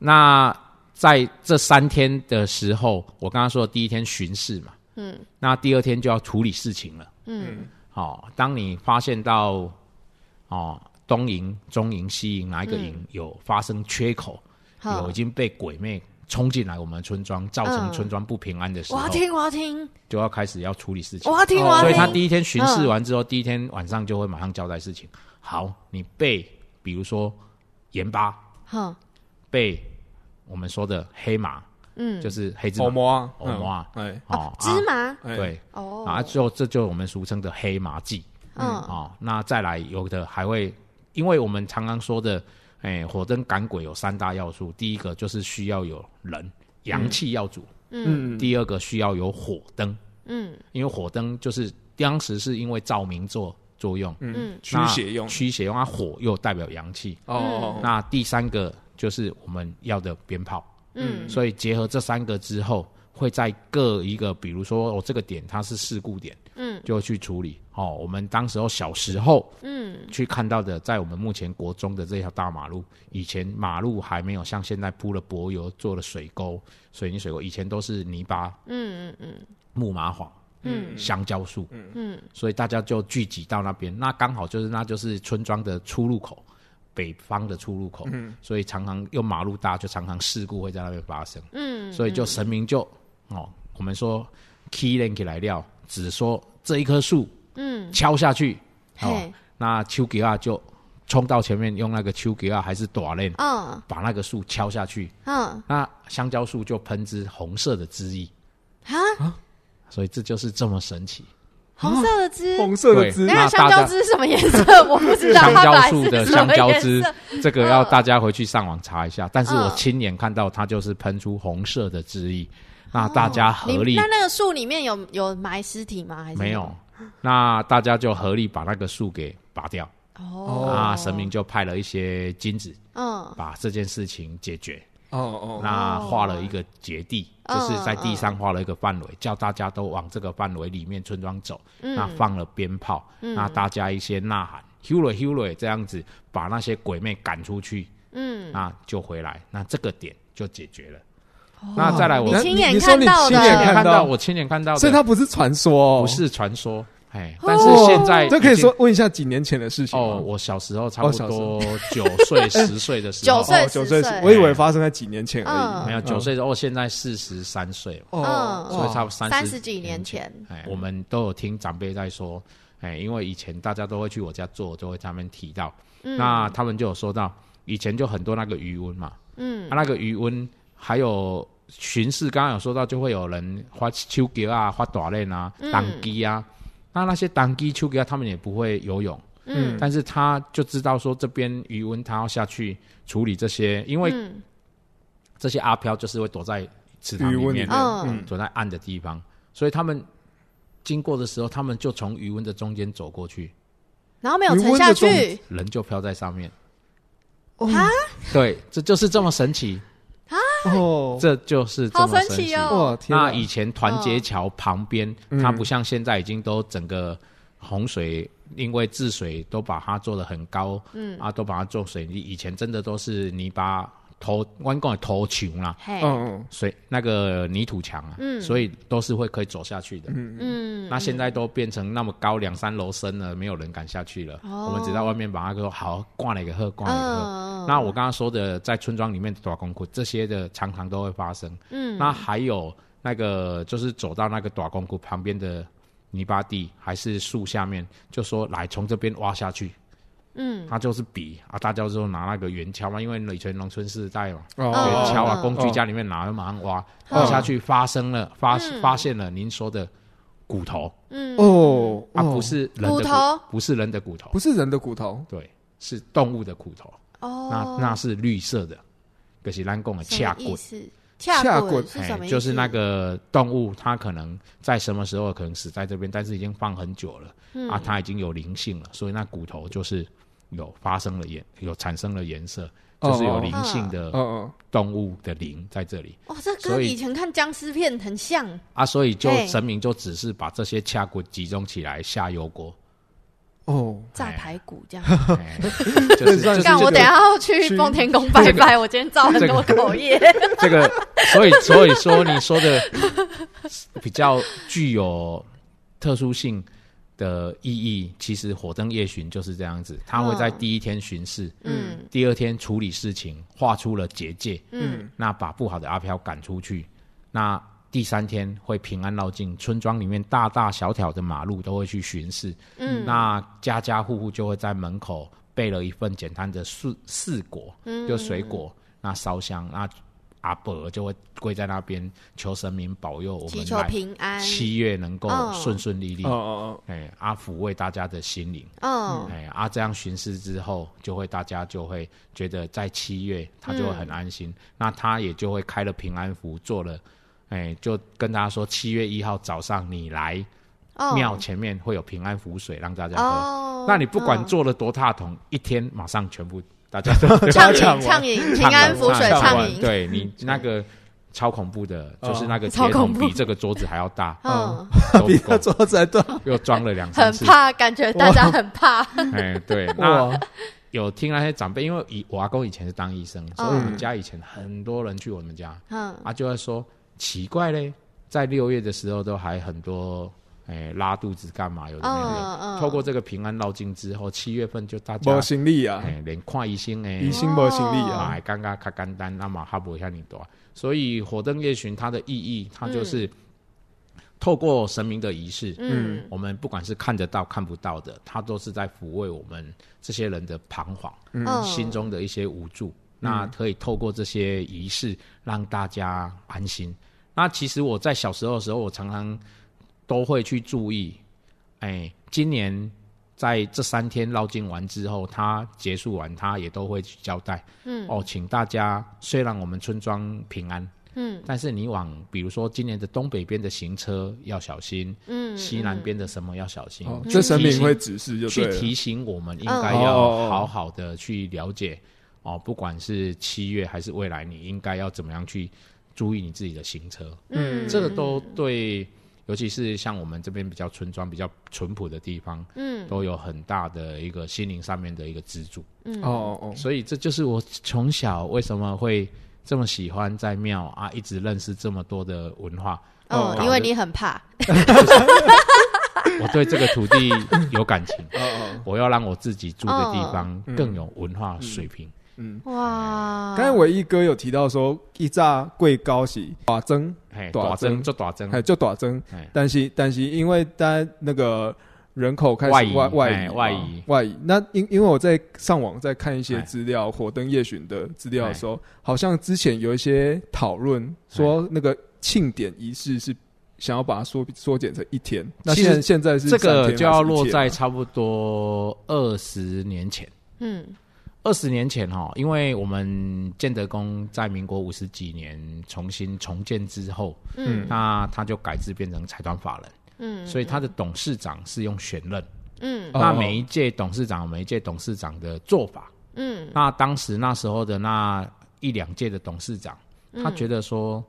那在这三天的时候，我刚刚说的第一天巡视嘛，
嗯，
那第二天就要处理事情了。
嗯
哦，当你发现到哦东营、中营、西营哪一个营有发生缺口，有
嗯好
已，经被鬼魅冲进来我们村庄，造成
嗯
村庄不平安的时
我
候
要，听，我要听，
就要开始要处理事情
我。要听，
哦
我
所以他
要听。
第一天巡视完之后，第一天晚上就会马上交代事情。好，你被比如说盐巴，
哼，
被我们说的黑马，
嗯，
就是黑芝
欧
麻，
摩啊，
欧摩啊
嗯，哎
哦
哦，，
芝麻，
哎，
对
哦，
啊，就这就是我们俗称的黑麻剂啊、
嗯，
哦。那再来有的还会，因为我们常常说的，哎，火灯赶鬼有三大要素，第一个就是需要有人阳气要足，
嗯，
第二个需要有火灯，
嗯，
因为火灯就是当时是因为照明作作用，
嗯
嗯，
驱邪用，
驱邪用啊，火又代表阳气。
哦，
那第三个就是我们要的鞭炮，
嗯，
所以结合这三个之后，会在各一个，比如说哦、这个点它是事故点，
嗯，
就去处理。哦，我们当时候小时候
嗯，
去看到的，在我们目前国中的这条大马路，以前马路还没有像现在铺了柏油、做了水沟、水泥水沟，以前都是泥巴、
嗯嗯嗯，
木麻黄。嗯，香蕉树，
嗯，
所以大家就聚集到那边，那刚好就是那就是村庄的出入口，北方的出入口，嗯，所以常常用马路大，就常常事故会在那边发生，
嗯，
所以就神明就哦，我们说 key link 来料，只说这一棵树，
嗯，
敲下去，哦，
嘿，
那丘吉亚就冲到前面，用那个丘吉亚还是短链
嗯
把那个树敲下去，
嗯，
那香蕉树就喷出红色的汁液，
啊，
所以这就是这么神奇。
红色的汁，
哦红色的
对
汁
等一，下
那
香
大
蕉
家
汁什么颜
*laughs*
色？我不知道，
香
它本
蕉
来
树
是
的
什
香
么
蕉
颜
汁
色，
这个要
嗯
大家回去上网查一下。但是我
嗯
亲眼看到它就是喷出红色的汁液，那大家
哦你
合力
那那个树里面有有埋尸体吗？还是
没有？那大家就合力把那个树给拔掉，
哦，
那啊神明就派了一些金子
嗯
把这件事情解决。
哦哦，
那画了一个结地，
嗯
就是在地上画了一个范围，叫大家都往这个范围里面村庄走。
嗯
那放了鞭炮，那大家一些呐喊 h u r r h u r r 这样子把那些鬼魅赶出去，
嗯，
那就回来，那这个点就解决了。那再来
哦
我
你
那
亲眼
哦你说
看
你
到
亲
的，
眼
看
看到
我亲眼看到
所以
的，
它不是传说，
不
哦，
是传说，哎，
哦
但是现在
这可以
已经
说问一下几年前的事情
哦，
吗？
我小时候差
哦
不
小时候
多九岁十岁的时
九
候，哦
岁
哦九岁
十岁，
我以为发生在几年前
嗯
而已，哦
没有九岁的时候，现在四十三岁了。
嗯
所以差不多
三
三
十几年前，
哎，我们都有听长辈在说，哎，因为以前大家都会去我家做，就会他们提到，
嗯
那他们就有说到，以前就很多那个余温嘛，嗯，啊、那个余温还有巡视，刚刚有说到，就会有人发秋吉啊、发短链啊、挡机啊，那那些挡机、秋吉啊，他们也不会游泳。嗯，但是他就知道说这边余温他要下去处理这些，因为
嗯
这些阿飘就是会躲在池塘里
余温里
面，啊
面
嗯
躲在暗的地方，所以他们经过的时候，他们就从余温的中间走过去，
然后没有沉下去
人就飘在上面。
啊，
对，这就是这么神奇，
哦，
这就是这
好
么
神
神
奇
奇。
哦！
哇，天啊
那以前团结桥旁边，它不像现在已经都整个洪水，因为治水都把它做的很高，嗯啊，都把它做水泥。以前真的都是泥巴头，弯讲的头墙啦，
嘿，
嗯
水那个泥土墙啊，所以都是会可以走下去的。
嗯，
那现在都变成那么高两三楼深了，没有人敢下去了。
哦
我们只在外面把它说好挂了一个鹤，挂了一个鹤。
嗯
那我刚刚说的，在村庄里面的短公库，这些的常常都会发生。嗯，那还有那个就是走到那个短公库旁边的泥巴地还是树下面，就说来从这边挖下去。嗯，他就是笔啊，大家就拿那个圆锹嘛，因为以前农村世代嘛，
哦
哦
圆锹啊
哦，
工具家里面拿，就马上挖，挖下去发生了
嗯
发发现了您说的骨头
哦，
嗯
啊，
哦
不是人的
骨头
不是人的骨头
不，是人的骨头，
对，是动物的骨头，
哦
那，那是绿色的，就是咱讲的
什
恰
么
骨哎
意。思？恰
恰
滚
滚
是什么意思？
就是那个动物，它可能在什么时候可能死在这边，但是已经放很久了、
嗯
啊，它已经有灵性了，所以那骨头就是有发生了颜，有产生了颜色，就是有灵性
嗯
的
嗯，
动物的灵在这里、
哇，哦这
所
跟
以
以前看僵尸片很像
啊，所以就
嘿
神明就只是把这些掐骨集中起来下油锅，
哦，
炸排骨这样。
哎就是
算
就是
干，我
这个
等一下要去
去
奉天宫拜拜，我今天造很
这
多
个
口业。
这个，所以所以说你说的比较具有特殊性的意义，其实火灯夜巡就是这样子，它会在
嗯
第一天巡视，
嗯
第二天处理事情，画出了结界，
嗯，
那把不好的阿飘赶出去，那。第三天会平安绕境，村庄里面大大小小的马路都会去巡视。
嗯，
那家家户户就会在门口备了一份简单的四四果，
嗯
就水果，那烧香，那阿伯就会跪在那边求神明保佑我
祈
们
求
来
平安。
七月能够
嗯
顺顺利利
哦。哦
哎，啊，抚慰大家的心灵。
嗯
哎，啊，这样巡视之后，就会大家就会觉得在七月他就会很安
嗯
心，那他也就会开了平安符，做了，哎，就跟大家说，七月一号早上你来
哦
庙前面会有平安符水让大家喝。
哦，
啊那你不管
嗯
做了多大桶，一天马上全部大家都 *laughs*
畅饮
*laughs* 唱完
畅饮平安符水
唱完
畅饮，
对你那个超恐怖的，就是
哦
那个
超
铁
恐
桶
怖
比这个桌子还要
*laughs*
大，
嗯，
都
比
不
他
够，
桌子还大，
又装了两三
很
次。
怕，感觉大家很怕。
哎，
*laughs*
对，那
哇，
有听那些长辈，因为以我阿公以前是当医生，所以我
嗯
们家以前很多人去我们家，
嗯，
啊，就会说奇怪嘞，在六月的时候都还很多。哎，拉肚子干嘛？有的没有的。
嗯嗯
透过这个平安绕境之后，七月份就大家
没行李啊，
哎，连看医生哎，
疑心没行李
哦
啊，
买刚刚较简单，那么哈勃像你多，啊所以火灯夜巡它的意义，它就是透过神明的仪式，
嗯，
我们不管是看得到看不到的，它都是在抚慰我们这些人的彷徨，
嗯
心中的一些无助。那可以透过这些仪式让大家安心。那其实我在小时候的时候，我常常都会去注意，哎，今年在这三天绕境完之后，他结束完，他也都会去交代，嗯，哦，请大家虽然我们村庄平安，嗯，但是你往比如说今年的东北边的行车要小心，嗯，西南边的什么要小心，
哦
去
这神
提
明
醒
会指示就对
哎去
了，
提醒我们应该
嗯
要
哦
好好的去了解哦，不管是七月还是未来，你应该要怎么样去注意你自己的行车，
嗯
这个都对，尤其是像我们这边比较村庄、比较淳朴的地方，嗯，都有很大的一个心灵上面的一个支柱。
嗯
哦哦哦，
所以这就是我从小为什么会这么喜欢在庙啊，一直认识这么多的文化。
哦
哦，
因为你很怕，
我对这个土地有感情，
*laughs* 哦哦，
我要让我自己住的地
哦
方更有文化水平。
嗯，
哇，
刚才伟一哥有提到说，一炸贵高是大增，
嘿，
大
大
增
增做大增，
哎，就大增
哎，
但是但是因为大家那个人口开始
外移
外外
哎外
移
移
嘛外移，那因因为我在上网在看一些
哎
资料，火灯夜巡的资料的时候，好像之前有一些讨论
哎
说那个庆典仪式是。想要把它缩缩减成一天，那
其实
现现在是
这个
三天还是
就要落
一天啊
在差不多二十年前。
嗯
二十年前哈，因为我们建德宫在民国五十几年重新重建之后，
嗯
那他就改制变成财团法人，
嗯
所以他的董事长是用选任。
嗯
哦
那每一届董事长，每一届董事长的做法，
嗯
那当时那时候的那一两届的董事长，他觉得说，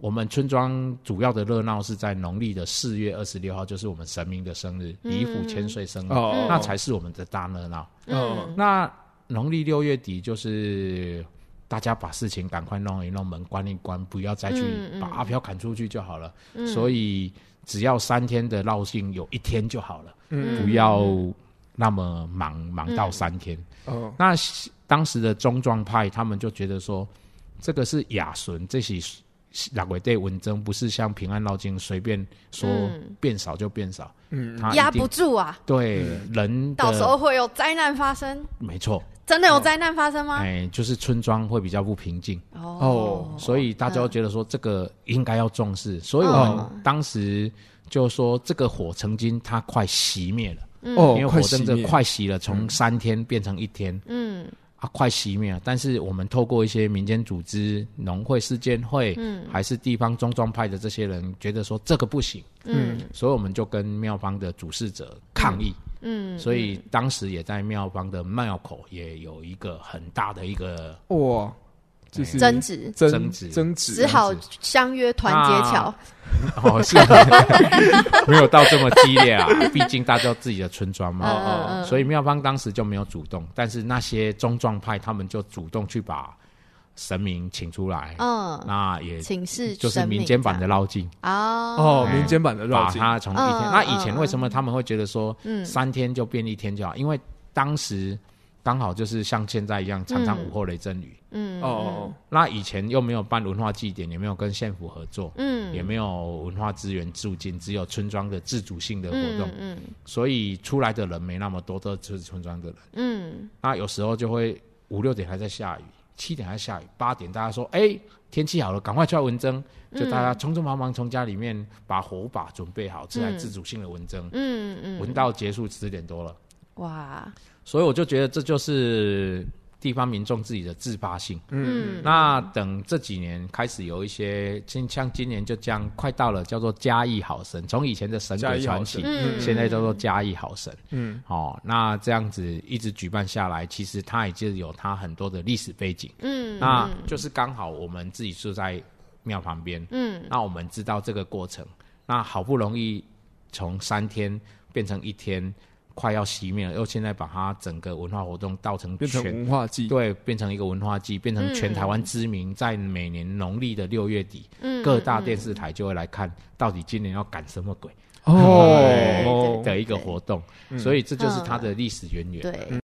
我们村庄主要的热闹是在农历的四月二十六号，就是我们神明的生日，李府千岁生日，
哦，
那才是我们的大热闹。
嗯
那农历六月底就是大家把事情赶快弄一弄，门关一关，不要再去
嗯嗯
把阿飘赶出去就好了。所以只要三天的绕境，有一天就好了，
嗯
不要那么忙，忙到三天。
哦
那当时的中壮派他们就觉得说，这个是雅神，这是哪鬼对文征，不是像平安绕境随便说
嗯
变少就变少，
嗯
他
压
一定
不住啊，
对人的
到时候会有灾难发生，
没错，
真的有灾难发生吗？
哎，就是村庄会比较不平静，
哦，
所以大家都觉得说这个应该要
哦
重视，所以我们当时就说这个火曾经它快熄灭了，
哦，
因为
快
火
熄
症这
灭
快熄了，从三天变成一天
嗯
啊，快熄灭了。但是我们透过一些民间组织、农会、世建会，
嗯
还是地方中庄派的这些人，觉得说这个不行，
嗯
所以我们就跟庙方的主事者抗议。
嗯，
所以当时也在庙方的庙口也有一个很大的一个
哇，就是
争执，
争
争执
争执，
只好相约团结桥。
哦，
*laughs*
是没有到这么激烈啊，毕竟大家有自己的村庄嘛。
嗯嗯嗯
所以妙方当时就没有主动，但是那些中壮派他们就主动去把神明请出来，
嗯，
那也
请示
就是
神明
民间版
这
的
样
绕境，
哦
哦，民间版的绕
哎把
境，
它从一天。
嗯嗯
那以前为什么他们会觉得说
嗯
三天就变一天就好？因为当时刚好就是像现在一样，常常午后雷阵雨。
嗯
哦，
那以前又没有办文化祭典，也没有跟县府合作，
嗯
也没有文化资源促进，只有村庄的自主性的活动，
嗯
所以出来的人没那么多，都是村庄的人。
嗯
那有时候就会五六点还在下雨，七点还在下雨，八点大家说，哎、天气好了，赶快出来文蒸，
嗯
就大家匆匆忙忙从家里面把火把准备好，吃来自主性的文蒸，
嗯嗯，
文到结束十点多了，
哇，
所以我就觉得这就是地方民众自己的自发性。
嗯
那等这几年开始有一些，像像今年就这样快到了，叫做嘉义好神，从以前的神
嘉
鬼
义好
传
神
奇，
嗯
现在叫做嘉义好神。
嗯，
哦，那这样子一直举办下来，其实它已经有它很多的历史背景，
嗯
那就是刚好我们自己住在庙旁边，
嗯
那我们知道这个过程，那好不容易从三天变成一天，快要熄灭了，又现在把它整个文化活动倒成
变成
全
文化祭，
对，变成一个文化祭，变成全台湾知名，在每年农历的六月底，
嗯
各大电视台就会来看，到底今年要赶什么鬼
对
哦
的一个活动，
嗯
所以这就是它的历史渊源。
对。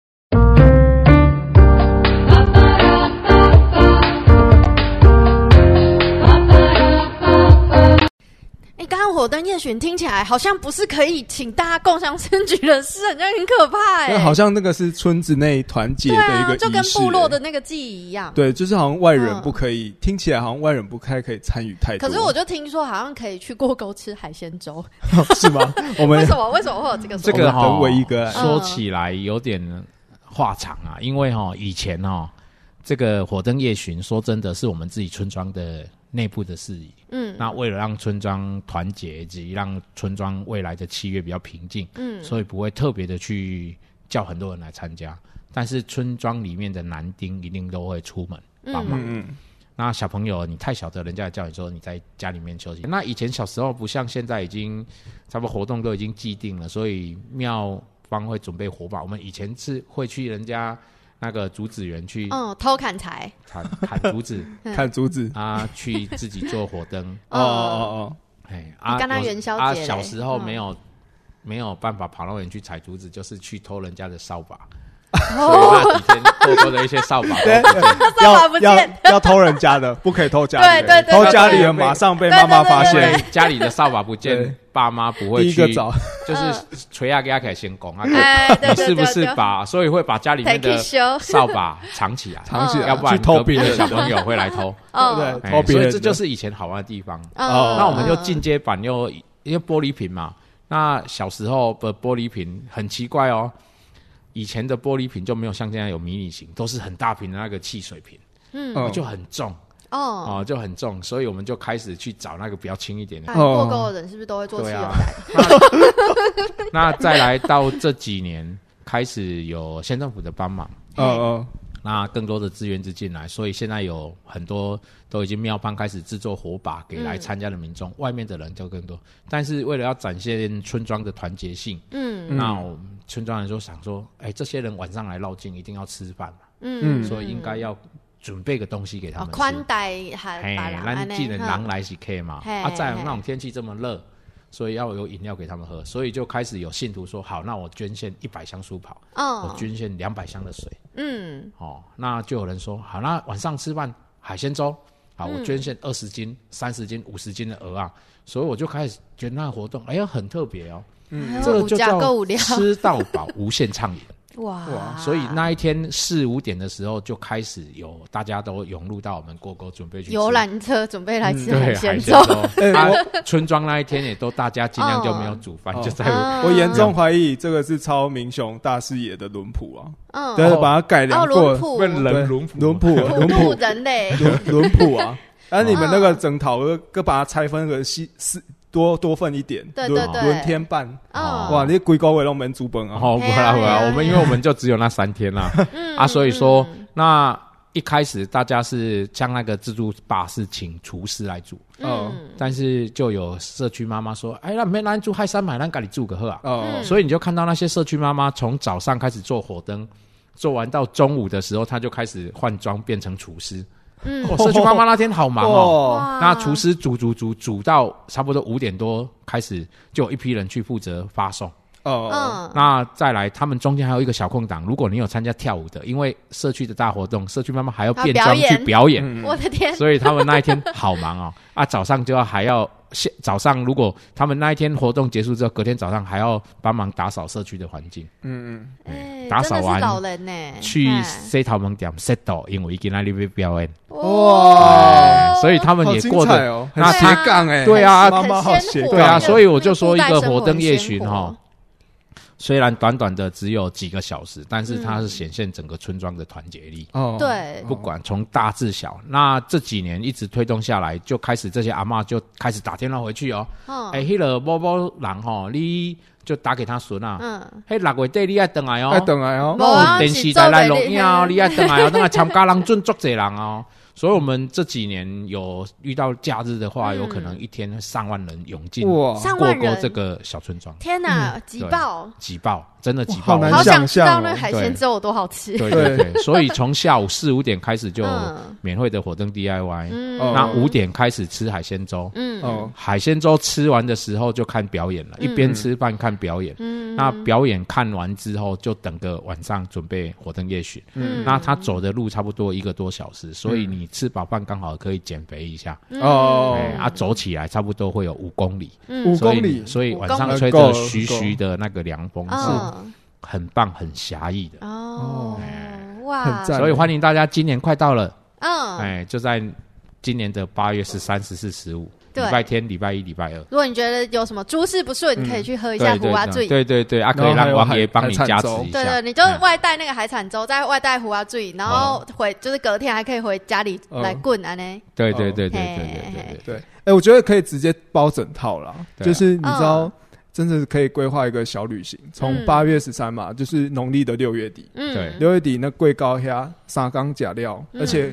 哎，刚刚火灯夜巡听起来好像不是可以请大家共享生举的事，好像很可怕哎、
那好像那个是村子内团结
对
的一
啊，
个
就跟
仪式
部落
欸
的那个记忆一样。
对，就是好像外人
嗯
不可以，听起来好像外人不太可以参与太多。
可是我就听说好像可以去过沟吃海鲜粥，
*laughs* 是吗？我
为
们
什么？为什么会有这个说嗯
这
法？
我
个
们
哈
等，唯一个案
说起来有点话长啊，因为哈以前哈这个火灯夜巡，说真的是我们自己村庄的内部的事宜。
嗯
那为了让村庄团结，以及让村庄未来的气月比较平静，
嗯
所以不会特别的去叫很多人来参加。但是村庄里面的男丁一定都会出门帮忙。
嗯嗯，
那小朋友，你太小的，人家也叫你说你在家里面休息。那以前小时候不像现在，已经差不多活动都已经既定了，所以庙方会准备火把。我们以前是会去人家那个竹子园去
嗯，偷砍柴，
砍砍竹子
嗯
看竹子，
啊，去自己做火
*laughs*
灯。
哦哦
哎，啊，
你跟他
有
元宵
啊，
节嘞嗯
小时候没有、没有办法跑到远去采竹子，就是去偷人家的扫把。
嗯哦
所以那几天偷过的一些
*laughs*
扫把，
哦哦，
扫把不
要
见
要要偷人家的，不可以偷家里人，
对对对
偷家里
对对
人
对
马上被妈妈
对对对
发
对
现
对，
家里的扫把不
对
见，爸妈不会
第一
去嗯
个，找
就是捶下给他开先拱啊。
嗯哎，对对
*laughs* 你
对，
是不是
对
把？所以会把家里面
Take
的
it show *laughs*
扫把藏起来，
藏起来，
要不然
去偷
隔壁
别
的
人，
小朋友会来偷。
嗯
对，
哎
*laughs* 偷别
所
人的，
以这就是以前好玩的地方。
嗯
哦
那我们就进阶版又因为玻璃瓶嘛，那小时候的玻璃瓶很奇怪哦，以前的玻璃瓶就没有像现在有迷你型，都是很大瓶的那个汽水瓶，
嗯
就很重
哦，
哦、就很重，所以我们就开始去找那个比较轻一点的。
哎过沟的人是不是都会做汽油弹？ *laughs*
那再来到这几年开始有县政府的帮忙，
嗯嗯
那更多的资源就进来，所以现在有很多都已经庙方开始制作火把给来参加的民
嗯
众，外面的人就更多。但是为了要展现村庄的团结性，
嗯
嗯
那我们村庄人就想说，哎、这些人晚上来绕境一定要吃饭嘛，
嗯，
所以应该要准备个东西给他
哦
们吃。
宽带还
嘿
把狼
咱
安嗯
既能
内
狼来是 K 嘛，
嘿
啊，再有
嘿
那种天气这么热，所以要有饮料给他们喝，所以就开始有信徒说，好，那我捐献一百箱书跑，我
嗯
捐献两百箱的水。
嗯
哦，那就有人说，好，那晚上吃饭海鲜粥，好，
嗯
我捐献二十斤、三十斤、五十斤的鹅啊，所以我就开始觉得那个活动，哎呀，很特别哦，
嗯，
这个
物
就
价
叫
够无聊，
吃到饱无限畅饮。
*laughs* 哇
哇
所以那一天四五点的时候就开始有大家都涌入到我们过沟，准备去吃
游览车准备来吃
对海
鲜
鲜
粥，
哎
粥。啊，村庄那一天也都大家尽量就没有煮饭
哦，
就在
哦
我严重怀疑这个是抄明雄大视野的轮毂啊，
嗯，
但是把它改良
哦，
过
轮，毂，
问
对
人轮
轮
轮
毂
*laughs*
轮
普
毂
渡人类，
轮 *laughs* 轮毂啊，而你们那个整套各各把它拆分个细四多多份一点，
对
轮
对对
轮天半，
嗯，
哇，你鬼高伟龙门主本啊，
哦，不啦不
嘿啊
啦
嘿，啊
我们因为我们就只有那三天啦，
嗯
啊，所以说
嗯
那一开始大家是像那个自助吧是请厨师来煮，
嗯
但是就有社区妈妈说，哎，那没咱煮海山买，咱家里煮个喝啊，
哦
嗯
所以你就看到那些社区妈妈从早上开始做火灯。做完到中午的时候，她就开始换装变成厨师。
嗯
哦，社区妈妈那天好忙哦，
哦，
哇
那厨师煮煮煮煮到差不多五点多开始，就有一批人去负责发送。
哦，
嗯
那再来，他们中间还有一个小空档，如果你有参加跳舞的，因为社区的大活动，社区妈妈还要
还要
变
表
装
演
去表演，
嗯
我的天，
所以他们那一天好忙哦。 *laughs* 啊，早上就要还要下早上，如果他们那一天活动结束之后，隔天早上还要帮忙打扫社区的环境，
嗯嗯，
哎
打
真
扫
的是
完
老人呢，
去
哎
C 桃门点 set 到，因为今天那里表演，
哇
哎，所以他们
好
也
精
过
彩
着。
哦，
那
很斜
他
杠哎，
对啊
妈妈好斜杠，
对啊，所以我就说一
那个
个
布袋生活
活灯夜巡
很鲜活
哈，虽然短短的只有几个小时，但是它是显现整个村庄的团结力。
哦，
对，
不管从大至小，那这几年一直推动下来，就开始这些阿嬷就开始打电话回去哦。
嗯
哎、迄个某某人吼，你就打给他孙啊。
嗯，
嘿，六月底你爱等来
哎，
哦，
等来哦，
没啊
有电视台来录音哦，
是做给你
你爱等
*laughs*
来哦，那个参加人准足侪人哦。所以我们这几年有遇到假日的话，
嗯
有可能一天上万人涌进过
哇，
上
过
万人
这个小村庄，
天哪，挤
对
爆！
挤爆，真的挤
哇
爆。
好难
我
好
们
想
想
知
象哦
道那个海鲜
对
粥有多好吃。
对
对
对对，所以从下午四五点开始就
嗯
免费的活动 DIY，、
嗯
哦
那五点开始吃海鲜粥，
嗯
哦，
海鲜粥吃完的时候就看表演了，
嗯
一边吃饭看表演。
嗯
那表演看完之后，就等个晚上准备活动夜巡。
嗯
那他走的路差不多一个多小时，所以你吃饱饭刚好可以减肥一下。
嗯
嗯
哦
哎，啊，走起来差不多会有五公里，
嗯
五
所
公
以
里啊
你，所以晚上
五
吹
公里
着徐徐的那个凉风是
嗯
很棒、很侠义的。
哦哇，
很赞
所以欢迎大家，今年快到了，
嗯，
哎，就在今年的八月十三、十四、十五，礼
对
拜天、礼拜一、礼拜二。
如果你觉得有什么诸事不顺，你可以去喝一下
对
胡
对
阿醉。
嗯对对对，啊，可
然
以
后还
让
有
王
海
爷帮你
海
加
产
持
粥
一
对
下
对，。你就
嗯
外带那个海产粥，再外带胡阿醉，然
哦
后回就是隔天还可以回家里来滚啊呢。
对
哦
对对对
嘿
对对对对
对，哎，我觉得可以直接包整套啦，
对啊
就是你知道
嗯。
真的可以规划一个小旅行，从
嗯
八月十三嘛，就是农历的六月底，
嗯，
六月底那贵高虾、沙缸假料，
嗯
而且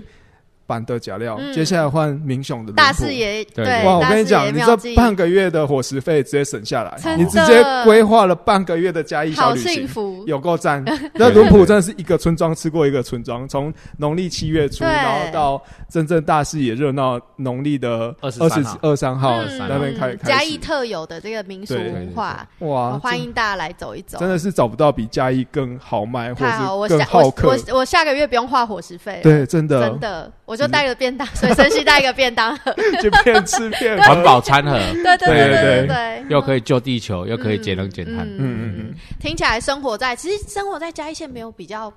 板的假料，
嗯
接下来换明雄的轮
大
毂
视。野
对
对，
哇，我
大
跟你
视
讲，
野
你
妙
这
计
半个月的伙食费直接省下来，
真
你
的
直接规划了半个月的嘉义小
好
旅
幸
行，
福，
有
*laughs*
够赞。那轮毂真的是一个村庄吃过一个村庄，从农历七月初，
对
然后到真正大视野热闹，农历的二
23号
二三号
嗯
那边开
嘉
开
义
始，
特有的这个民俗
对对
对
文
对
化，
哇，
欢迎大家来走一走。
真的是找不到比嘉义更豪迈或
太好，我
是更
下
好
我
客
我，我下个月不用花伙食费了，
对，真的 *laughs* 嗯
真的，我就带个便当，随身携带一个便当盒，
就骗吃骗喝
环保餐盒
对对对对
对
对，
又可以救地球，又可以节能减碳。
嗯
嗯嗯嗯。
听起来生活在其实生活在嘉义县没有比较。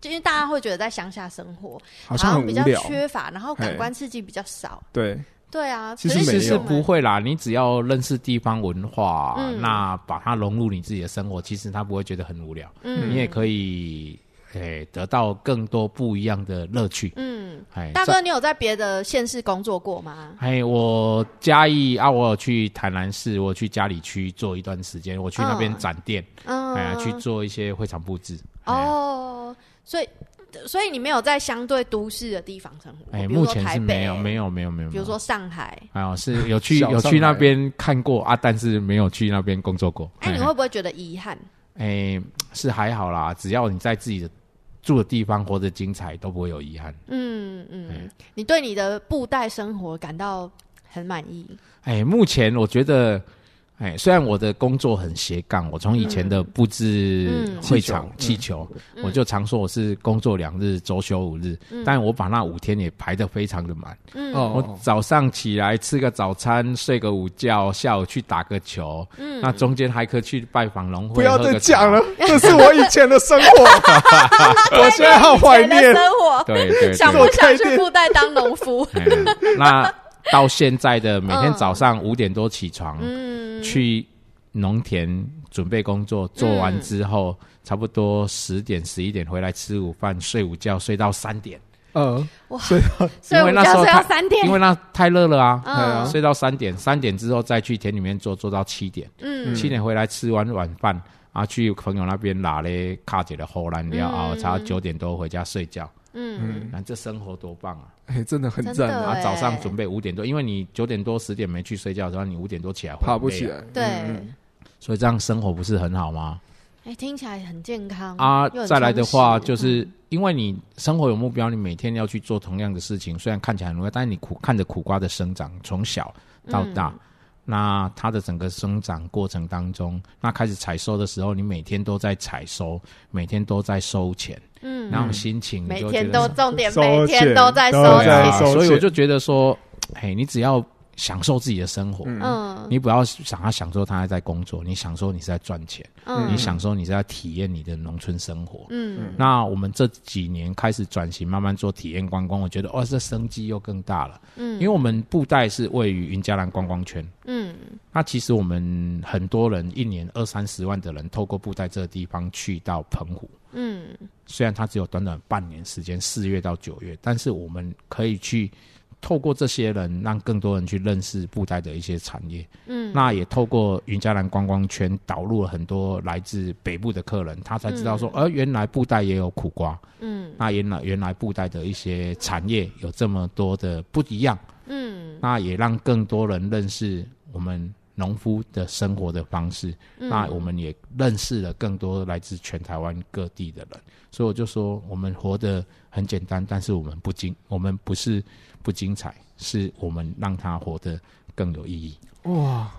就因为大家会觉得在乡下生活
好像很无
比较
聊。
缺乏，然后感
嘿
官刺激比较少，
对，
对啊，
其
可
实
是
没
其
有
实是不会啦，你只要认识地方文化，
嗯
那把它融入你自己的生活，其实他不会觉得很无聊，
嗯
你也可以诶得到更多不一样的乐趣。
嗯，
哎，
大
在
哥，你有在别的县市工作过吗？
哎，我嘉义啊，我有去台南市，我去嘉里区做一段时间，我去那边
嗯
展店，
嗯，
哎呀，去做一些会场布置。哎呀，
哦，所以所以你没有在相对都市的地方生活，
哎，
比如
目
说
前
台
是
北，
没有，没有，没有，没有。
比如说上海，
没有，哎呀，是有去
小
有
上
去
海
那边看过啊，但是没有去那边工作过。
哎，你会不会觉得遗憾？
哎，是还好啦，只要你在自己的住的地方活得精彩，都不会有遗憾。
嗯
哎
嗯，你对
*laughs*
你的布袋生活感到很满意？
哎，目前我觉得，哎，虽然我的工作很斜杠，我从以前
嗯
的布置会场、
嗯
气球，我就常说我是工作两日，周休五日，但我把那五天也排得非常的满。
嗯
哦
我，早上起来吃个早餐，睡个午觉，下午去打个球，
嗯
那中间还可以去拜访农会。
不要
喝
再
个
讲
茶
了，，这是我以前的生
*laughs*
活，我现在好怀
以前
念
的。生活，
哦对对对，
想不想去布袋当农夫？
嗯那到现在的每
嗯
天早上五点多起床，去农田准备工作，
嗯
做完之后、差不多十点十一点回来吃午饭，睡午觉，睡到三点，
嗯，
*laughs* 所以
因
我
为
们
那时
要
候
睡到
太
三点
因，为那太热了啊。
啊
嗯
睡到三点，三点之后再去田里面做，做到七点，
嗯
七点回来吃完晚饭，啊，去朋友那边拿嘞卡姐的荷兰料啊，差不多九点多回家睡觉。
嗯，
那这生活多棒啊！
哎，真的很
真
赞
的
啊，
啊，
对
早上准备五点多，因为你九点多十点没去睡觉的时候，你五点多起来会
爬不
很累
起
啊，
来。
对，
嗯
所以这样生活不是很好吗？
哎，听起来很健康
啊，
又很
再来的话
充实
就是。因为你生活有目标，你每天要去做同样的事情，虽然看起来很累，但是你苦看着苦瓜的生长，从小到大，
嗯
那它的整个生长过程当中，那开始采收的时候，你每天都在采收，每天都在收钱，
嗯，
那种心情你
每
就觉
天
得
都重点，
收
每天都
钱
在
都
收
在
对
收
啊
钱，
所以
钱
我就觉得说，哎，你只要享受自己的生活，
嗯
你不要想要享受他在工作，你享受你是在赚钱，
嗯
你享受你是在体验你的农村生活。
嗯
那我们这几年开始转型，慢慢做体验观光，我觉得哦，这生机又更大了。嗯，因为我们布袋是位于云嘉南观光圈，
嗯
那其实我们很多人一年二三十万的人透过布袋这个地方去到澎湖，
嗯
虽然它只有短短半年时间，四月到九月，但是我们可以去透过这些人，让更多人去认识布袋的一些产业。嗯，那也透过云嘉南观光圈导入了很多来自北部的客人，他才知道说，呃，原来布袋也有苦瓜，
嗯
那原来原来布袋的一些产业有这么多的不一样。
嗯
那也让更多人认识我们农夫的生活的方式。
嗯
那我们也认识了更多来自全台湾各地的人，所以我就说，我们活得很简单，但是我们不精，我们不是不精彩，是我们让他活得更有意义。
哇，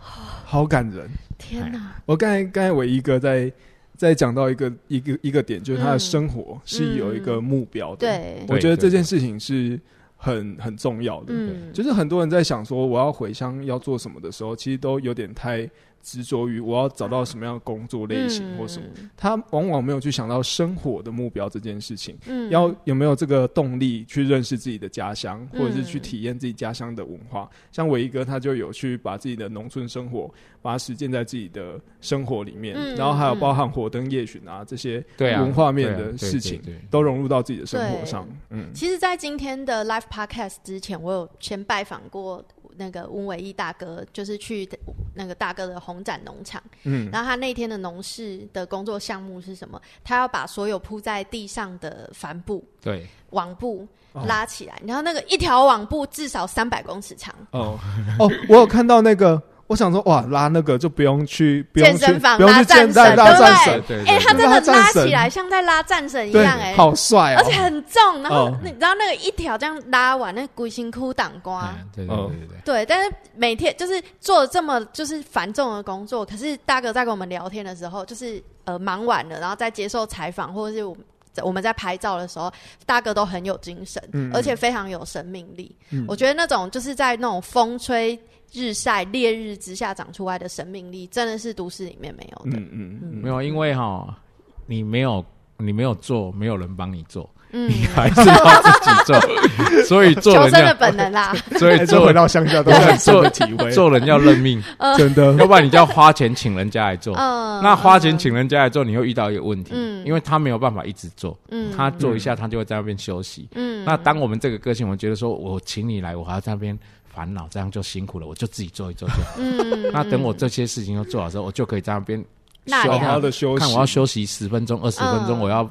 好感
*sighs*
人。
嗯天哪，
我刚才刚才伟一哥在在讲到一个一个一个点，就是他的生活是有一个目标的。
嗯对，
我觉得这件事情是很很重要的。
嗯，
就是很多人在想说我要回乡要做什么的时候，其实都有点太执着于我要找到什么样的工作类型或什么，
嗯
他往往没有去想到生活的目标这件事情。
嗯，
要有没有这个动力去认识自己的家乡，
嗯
或者是去体验自己家乡的文化？像伟一哥，他就有去把自己的农村生活，把它实践在自己的生活里面，
嗯
然后还有包含火灯夜巡啊这些
对啊
文化面
对啊
的
对
事情
对对，
都融入到自己的生活上
对。
嗯，
其实，在今天的 Live Podcast 之前，我有先拜访过那个温伟义大哥，就是去那个大哥的红展农场。
嗯，
然后他那天的农事的工作项目是什么？他要把所有铺在地上的帆布、
对，
网布拉起来，然后那个一条网布至少三百公尺长。
哦 *laughs* 哦，我有看到那个，我想说哇，拉那个就不用去不用
健
去
身房
不用
拉
去
战
健身
神
拉
对不
战
对
神，
对
哎、他真的
拉
拉
战
起来
神
像在拉战神一
对
样、哎，
好帅
而
哦
且，很重。然后
哦
那、然后那个一条这样拉完，那鬼辛苦挡瓜。
哎对对
哦
对对对。
对，但是每天就是做了这么就是繁重的工作，可是大哥在跟我们聊天的时候，就是呃忙完了，然后在接受采访或者是我们在我们在拍照的时候，大哥都很有精神，
嗯
而且非常有生命力。我觉得那种就是在那种风吹日晒烈日之下长出来的生命力，真的是都市里面没有的。
嗯嗯嗯，
没有，因为哈，你没有你没有做，没有人帮你
*laughs*
做，
嗯，
*laughs* 你还是要自己做，所以做
求
人
生的
要，
本能啊
*laughs*
啦，
所以
还是
做
哎回到乡下都是很深的体会，
哎做人要认命，
呃
真的。
*laughs* 要不然你就要花钱请人家来做。
嗯，
那花钱请人家来做，你会遇到一个问题，
嗯
因为他没有办法一直做，
嗯
他做一下他就会在那边休息。
嗯
那当我们这个个性，我觉得说我请你来，我还要在那边烦恼，这样就辛苦了，我就自己做一做就好。
嗯
那等我这些事情都做好之后，我就可以在那边
那
休
好
良
好的休息，
看我要休息十分钟、二十分
嗯
钟，我要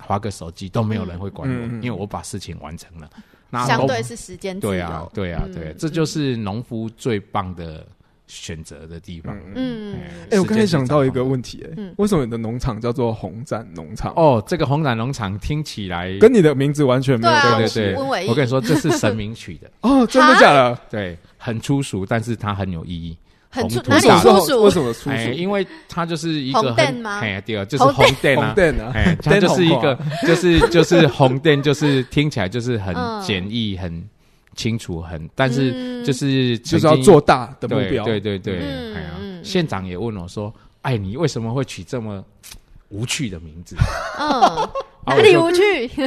划个手机都没有人会管我，
嗯嗯嗯
因为我把事情完成了。那
相
都
对是时间自由，
啊对啊，对啊，对啊，这就是农夫最棒的选择的地方。
嗯
哎、我刚才想到一个
问
问题、哎、为什么你的农场叫做红展农场？哦，
哦，这个红染农场听起来
跟你的名字完全没有
对啊
关
对
系。
对
温伟
对，
毅
我
*laughs*
跟你说，这是神明取的，
哦，真的假的？
对，很粗俗，但是它很有意义。
很粗
红，土
哪里
大
粗
为什么为
俗？
什么粗
哎，
俗？
因为它就是一
红
个
灯
很
吗
哎，第二就是
红
红
灯
灯啊
红，灯啊，
哎，它
灯
就是一
红
个，就是就是红灯，就是听起来就是很
嗯
简易、很清楚、很，但是
嗯
就是
就
曾
是要
经
做大的目
对
标。
对对对，
嗯
哎呀
嗯，
县长也问我说：“哎，你为什么会取这么无趣的名字
*laughs* 嗯，？”
啊
哪
我
里
就
无趣？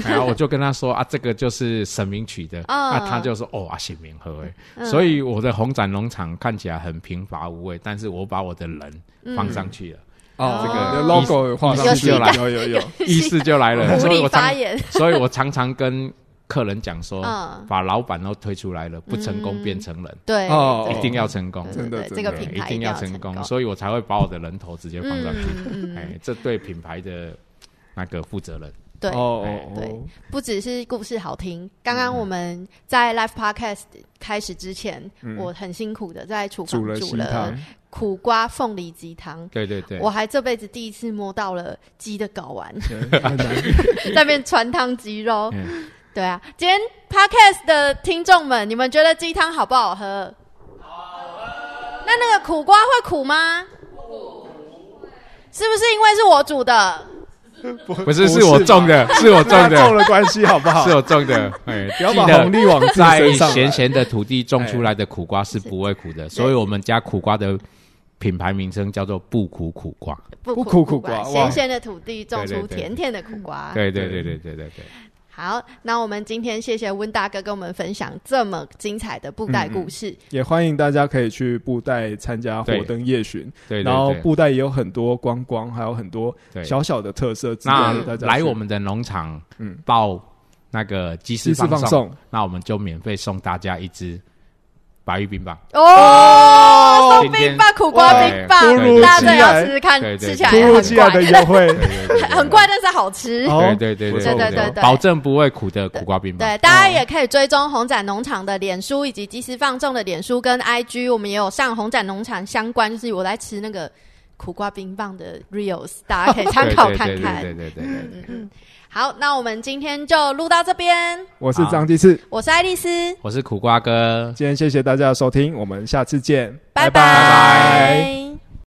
然后我就跟他说：“啊，这个就是神明取的。”
啊
啊，他就说：“哦，啊，显明和
嗯
哎。”所以我的红展农场看起来很平凡无味，但是我把我的人
嗯
放上
*laughs*
去了，
哦，
这个
你的 logo 有画上去
有
了，
时
有有有，
意思
*laughs*
就来了。
无
所以
力
我常
发言。
所以我常常跟客人讲说，
嗯
把老板都推出来了，不成功变成人，
对，
哦
对
一定要成功，
对
真的
对对这
真的
个
对
品
一
牌
定
要
成
功。
所以我才会把我的人头直接放上去。
嗯嗯，
哎，这对品牌的那个负责人，
对，
哦哦
对
哦，
不只是故事好
嗯
听。刚刚我们在 Live Podcast 开始之前，
嗯
我很辛苦的在厨房
煮了
煮
鸡汤
了，苦瓜凤梨鸡汤。
对对对
我，还这辈子第一次摸到了鸡的睾丸，
对很难
*laughs* 在那边穿汤鸡肉。
嗯
对啊，今天 podcast 的听众们，你们觉得鸡汤好不好喝？好喝。那那个苦瓜会苦吗？是不是因为是我煮的？
不是是我中的，是我中
吧跟他中
的，
了关系好不好？
是我中的，哎，
不要
记
把
得
红利往自己
在
身上来
咸咸的土地种出来的苦瓜
哎
是不会苦的，所以我们家苦瓜的品牌名称叫做不苦苦瓜。
不
不
苦
苦苦瓜哇
咸咸的土地种
对
出
对对
甜甜的苦瓜。
对对对对对对对。
好，那我们今天谢谢温大哥跟我们分享这么精彩的布袋故事。
也欢迎大家可以去布袋参加火灯夜巡，
对，对
然后
对
布袋也有很多观光，还有很多
对
小小的特色，值
那
得大家
来
去
我们的农场，
嗯
嗯，报那个即
集市
时放
放
送，
送，
那我们就免费送大家一支白玉冰棒。
哦，送
今天
冰棒、苦瓜
哇
冰
突
棒，
如其
大家要
来
试试看，
对
吃
对
起来
突
很
如
怪，
其来的优惠，
对对对对
*laughs* 很怪，但是好吃。
好
对对对
哦不
对
错
对
对
对
对
对，
保证不会苦的苦瓜冰棒。
对，大家也可以追踪红展农场的脸书以及即时放纵的脸书跟 IG，我们也有上红展农场相关，就是我在吃那个苦瓜冰棒的 reels，大家可以参考看
*laughs* 对
看。嗯
对对对对对对对。
好，那我们今天就录到这边，
我
*laughs*
是张继次，
我是爱丽丝，
我是苦瓜哥，
今天谢谢大家的收听，我们下次见，
拜
拜
拜